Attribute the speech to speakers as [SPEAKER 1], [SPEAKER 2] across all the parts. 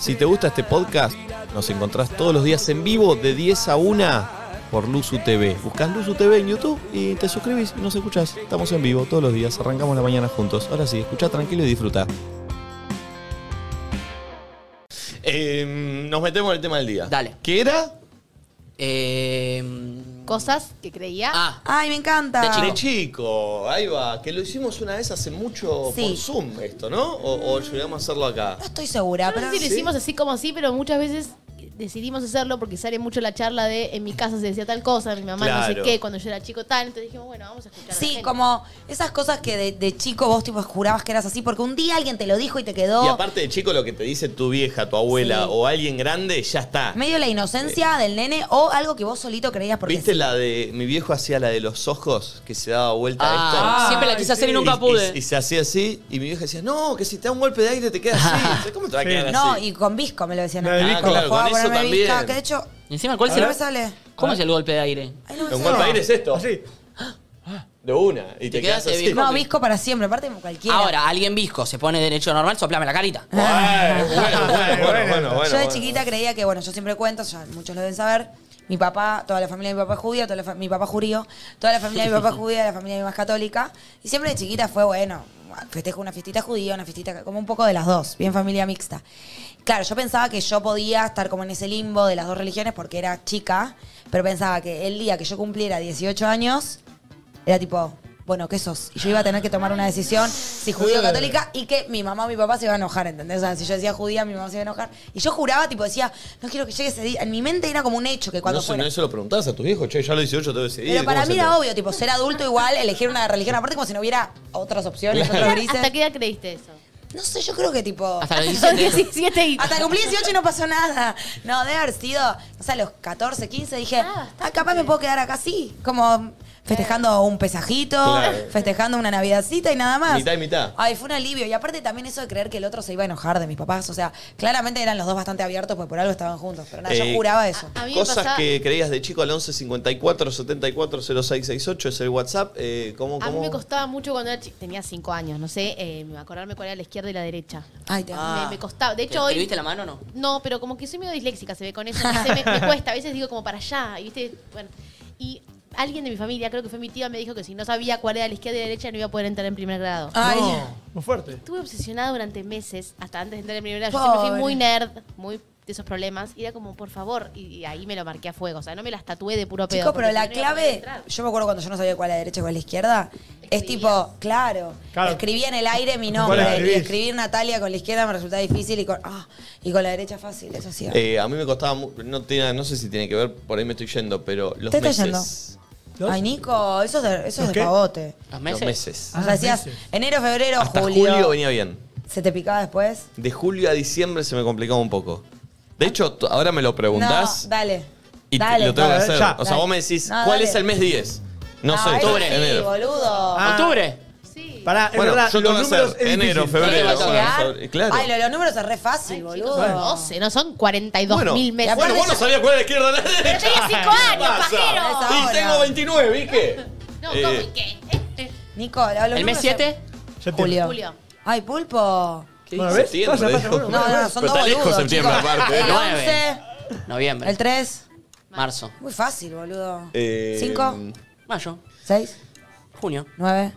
[SPEAKER 1] Si te gusta este podcast, nos encontrás todos los días en vivo de 10 a 1 por Luzu TV. Buscás Luzu TV en YouTube y te suscribís y nos escuchás. Estamos en vivo todos los días, arrancamos la mañana juntos. Ahora sí, escucha tranquilo y disfruta. Eh, nos metemos en el tema del día.
[SPEAKER 2] Dale.
[SPEAKER 1] ¿Qué era?
[SPEAKER 2] Eh,
[SPEAKER 3] Em, Cosas que creía.
[SPEAKER 2] ah,
[SPEAKER 4] Ay, me encanta.
[SPEAKER 2] De
[SPEAKER 1] De chico, ahí va, que lo hicimos una vez hace mucho por
[SPEAKER 4] Sí.
[SPEAKER 1] Zoom esto, ¿no? O, o llegamos a hacerlo acá.
[SPEAKER 4] No estoy segura, pero
[SPEAKER 3] No sé si lo hicimos así como así, pero muchas veces decidimos hacerlo porque sale mucho la charla de en mi casa se decía tal cosa, mi mamá
[SPEAKER 1] Claro.
[SPEAKER 3] no sé qué, cuando yo era chico tal. Entonces dijimos, bueno, vamos a escuchar. a la
[SPEAKER 4] Sí,
[SPEAKER 3] gente.
[SPEAKER 4] como esas cosas que de, de chico vos tipo jurabas que eras así porque un día alguien te lo dijo y te quedó
[SPEAKER 1] Y aparte de chico, lo que te dice tu vieja, tu abuela
[SPEAKER 4] Sí.
[SPEAKER 1] o alguien grande, ya está.
[SPEAKER 4] medio la inocencia del nene o algo que vos solito creías porque
[SPEAKER 1] eh, ¿Viste
[SPEAKER 4] sí.
[SPEAKER 1] la de. Mi viejo hacía la de los ojos, que se daba vuelta
[SPEAKER 2] ah,
[SPEAKER 1] a esto?
[SPEAKER 2] siempre la quise hacer y nunca
[SPEAKER 1] Y-
[SPEAKER 2] pude.
[SPEAKER 1] Y, y se hacía así, y mi vieja decía, no, que si te da un golpe de aire te queda así. ¿Cómo te va a quedar así?
[SPEAKER 4] No, y con Visco me lo decían.
[SPEAKER 5] La de
[SPEAKER 4] Ah,
[SPEAKER 5] Visco.
[SPEAKER 4] cuando
[SPEAKER 1] claro,
[SPEAKER 4] jugaba
[SPEAKER 1] con
[SPEAKER 4] a
[SPEAKER 1] eso
[SPEAKER 4] ponerme Visca,
[SPEAKER 1] también.
[SPEAKER 4] que de hecho,
[SPEAKER 2] encima, ¿cuál
[SPEAKER 4] A
[SPEAKER 2] es el,
[SPEAKER 4] ver, sale.
[SPEAKER 2] ¿cómo es el golpe de aire?
[SPEAKER 4] ay, no me
[SPEAKER 1] Un
[SPEAKER 4] sale.
[SPEAKER 1] golpe de aire es esto.
[SPEAKER 5] Así.
[SPEAKER 1] De una. Y te, quedas
[SPEAKER 2] quedas de
[SPEAKER 1] así.
[SPEAKER 2] viejo.
[SPEAKER 4] No, Visco para siempre, aparte cualquiera.
[SPEAKER 2] Ahora, alguien visco se pone derecho normal, soplame la carita.
[SPEAKER 1] Bueno, bueno, bueno, bueno, bueno, bueno,
[SPEAKER 4] yo de
[SPEAKER 1] bueno.
[SPEAKER 4] chiquita creía que, bueno, yo siempre cuento, ya muchos lo deben saber. Mi papá, toda la familia de mi papá es judía, toda la fa- mi papá judío, toda la familia de mi papá es judía, la familia de mi mamá es católica. Y siempre de chiquita fue, bueno, festejo una fiestita judía, una fiestita, como un poco de las dos, bien familia mixta. Claro, yo pensaba que yo podía estar como en ese limbo de las dos religiones porque era chica, pero pensaba que el día que yo cumpliera 18 años, era tipo, bueno, ¿qué sos? Y yo iba a tener que tomar una decisión, si judío o católica, y que mi mamá o mi papá se iban a enojar, ¿entendés? O sea, si yo decía judía, mi mamá se iba a enojar. Y yo juraba, tipo, decía, no quiero que llegue ese día. En mi mente era como un hecho que cuando
[SPEAKER 1] no, sé,
[SPEAKER 4] fuera.
[SPEAKER 1] no, eso lo preguntabas a tu viejo, che, ya lo 18 te voy a decidir.
[SPEAKER 4] Pero para
[SPEAKER 1] ¿cómo
[SPEAKER 4] mí
[SPEAKER 1] se
[SPEAKER 4] era
[SPEAKER 1] te-
[SPEAKER 4] obvio, tipo, ser adulto igual, elegir una religión, aparte como si no hubiera otras opciones, otros grises.
[SPEAKER 3] ¿Hasta qué edad creíste eso?
[SPEAKER 4] No sé, yo creo que tipo...
[SPEAKER 2] Hasta los
[SPEAKER 3] Son
[SPEAKER 2] 17.
[SPEAKER 3] 17 y.
[SPEAKER 4] Hasta que cumplí 18 y no pasó nada. No, debe haber sido, o sea, a los 14, 15 dije,
[SPEAKER 3] Ah,
[SPEAKER 4] ah,
[SPEAKER 3] bastante.
[SPEAKER 4] capaz me puedo quedar acá así, como festejando un pesajito,
[SPEAKER 1] Claro.
[SPEAKER 4] festejando una navidadcita y nada más.
[SPEAKER 1] Mitad y mitad.
[SPEAKER 4] Ay, fue un alivio. Y aparte también eso de creer que el otro se iba a enojar de mis papás. O sea, claramente eran los dos bastante abiertos, pues por algo estaban juntos. Pero nada,
[SPEAKER 1] Eh,
[SPEAKER 4] yo juraba eso.
[SPEAKER 3] A mí me
[SPEAKER 1] Cosas
[SPEAKER 3] pasaba-
[SPEAKER 1] que creías de chico al 11 54 74 0668 es el WhatsApp. Eh, ¿cómo,
[SPEAKER 3] A mí
[SPEAKER 1] cómo?
[SPEAKER 3] me costaba mucho cuando era chi- tenía 5 años, no sé, eh, acordarme cuál era la izquierda y la derecha.
[SPEAKER 4] Ay, te
[SPEAKER 2] Ah.
[SPEAKER 3] Me, me costaba. De
[SPEAKER 2] ¿Te
[SPEAKER 3] hecho, hoy.
[SPEAKER 2] escribiste la mano o no?
[SPEAKER 3] No, pero como que soy medio disléxica, se ve con eso. no sé, me, me cuesta, a veces digo como para allá, y ¿viste? Bueno, y alguien de mi familia, creo que fue mi tía, me dijo que si no sabía cuál era la izquierda y la derecha no iba a poder entrar en primer grado.
[SPEAKER 4] Ay.
[SPEAKER 5] Muy fuerte.
[SPEAKER 3] Estuve obsesionada durante meses, hasta antes de entrar en primer grado. Yo siempre fui
[SPEAKER 4] Pobre.
[SPEAKER 3] muy nerd, muy de esos problemas, y era como, por favor, y, y ahí me lo marqué a fuego. O sea, no me las tatué de puro pedo.
[SPEAKER 4] Chicos,
[SPEAKER 3] porque
[SPEAKER 4] pero
[SPEAKER 3] si
[SPEAKER 4] la
[SPEAKER 3] no, no iba a poder
[SPEAKER 4] clave,
[SPEAKER 3] entrar.
[SPEAKER 4] yo me acuerdo cuando yo no sabía cuál era la derecha y cuál era la izquierda, es
[SPEAKER 3] Escribías.
[SPEAKER 4] tipo, claro,
[SPEAKER 5] Claro.
[SPEAKER 4] escribía en el aire mi
[SPEAKER 5] ¿Cuál
[SPEAKER 4] nombre y
[SPEAKER 5] escribís?
[SPEAKER 4] escribir Natalia con la izquierda me resultaba difícil y con, ah, y con la derecha fácil, eso sí.
[SPEAKER 1] Eh, a mí me costaba, mu- no, tiene, no sé si tiene que ver, por ahí me estoy yendo, pero los
[SPEAKER 4] Te estás
[SPEAKER 1] meses.
[SPEAKER 5] ¿Los?
[SPEAKER 4] Ay, Nico, eso es de, eso es de
[SPEAKER 5] ¿Qué?
[SPEAKER 4] pavote.
[SPEAKER 2] ¿Los
[SPEAKER 1] Los
[SPEAKER 2] meses?
[SPEAKER 1] meses.
[SPEAKER 4] O
[SPEAKER 5] Ah,
[SPEAKER 4] sea, decías
[SPEAKER 5] meses.
[SPEAKER 4] enero, febrero,
[SPEAKER 1] Hasta
[SPEAKER 4] julio.
[SPEAKER 1] julio venía bien.
[SPEAKER 4] ¿Se te picaba después?
[SPEAKER 1] De julio a diciembre se me complicaba un poco. De hecho, t- ahora me lo preguntás
[SPEAKER 4] No, dale.
[SPEAKER 1] y t-
[SPEAKER 4] dale.
[SPEAKER 1] lo tengo que
[SPEAKER 5] dale,
[SPEAKER 1] hacer.
[SPEAKER 5] ya.
[SPEAKER 1] O sea, vos me decís,
[SPEAKER 4] No,
[SPEAKER 1] ¿cuál
[SPEAKER 4] dale.
[SPEAKER 1] es el mes 10? No,
[SPEAKER 4] Ah,
[SPEAKER 1] sé,
[SPEAKER 4] eso
[SPEAKER 1] octubre,
[SPEAKER 4] sí,
[SPEAKER 1] enero.
[SPEAKER 4] boludo.
[SPEAKER 5] Ah,
[SPEAKER 2] ¿Octubre?
[SPEAKER 3] Sí.
[SPEAKER 5] Pará, es
[SPEAKER 1] Bueno,
[SPEAKER 5] verdad,
[SPEAKER 1] yo tengo
[SPEAKER 5] los
[SPEAKER 1] que
[SPEAKER 5] números
[SPEAKER 1] hacer
[SPEAKER 5] es
[SPEAKER 1] enero,
[SPEAKER 5] difícil.
[SPEAKER 1] febrero.
[SPEAKER 2] Pero te va a
[SPEAKER 1] bueno,
[SPEAKER 4] ¿Llegar?
[SPEAKER 1] sobre- claro.
[SPEAKER 4] Ay, lo de los números es re fácil, boludo.
[SPEAKER 3] Son 12, no son 42 mil meses.
[SPEAKER 1] Bueno, vos no sabías cuál era la izquierda o la derecha.
[SPEAKER 3] Pero tenía 5 años,
[SPEAKER 1] Pasa.
[SPEAKER 3] pajero.
[SPEAKER 4] Esa
[SPEAKER 1] Y
[SPEAKER 4] hora.
[SPEAKER 1] tengo 29, ¿viste?
[SPEAKER 3] No,
[SPEAKER 1] Eh,
[SPEAKER 3] ¿cómo y qué? Este
[SPEAKER 4] Nico, lo de los
[SPEAKER 2] ¿El mes
[SPEAKER 4] números
[SPEAKER 2] 7?
[SPEAKER 4] es-
[SPEAKER 5] Septiembre.
[SPEAKER 4] Julio.
[SPEAKER 3] Julio.
[SPEAKER 4] Ay, pulpo.
[SPEAKER 5] Bueno, ¿ves?
[SPEAKER 1] Septiembre,
[SPEAKER 5] Pasa, pasa,
[SPEAKER 1] dijo.
[SPEAKER 5] bueno, bueno,
[SPEAKER 4] No, no,
[SPEAKER 5] bueno.
[SPEAKER 4] son
[SPEAKER 1] Pero
[SPEAKER 4] dos
[SPEAKER 1] está lejos
[SPEAKER 4] boludos,
[SPEAKER 1] septiembre,
[SPEAKER 4] chicos.
[SPEAKER 1] aparte,
[SPEAKER 4] El
[SPEAKER 2] ¿no?
[SPEAKER 4] 11,
[SPEAKER 2] Noviembre.
[SPEAKER 4] el 3.
[SPEAKER 2] Marzo.
[SPEAKER 4] Muy fácil, boludo.
[SPEAKER 1] Eh,
[SPEAKER 4] 5,
[SPEAKER 2] Mayo.
[SPEAKER 4] 6,
[SPEAKER 2] Junio.
[SPEAKER 4] 9.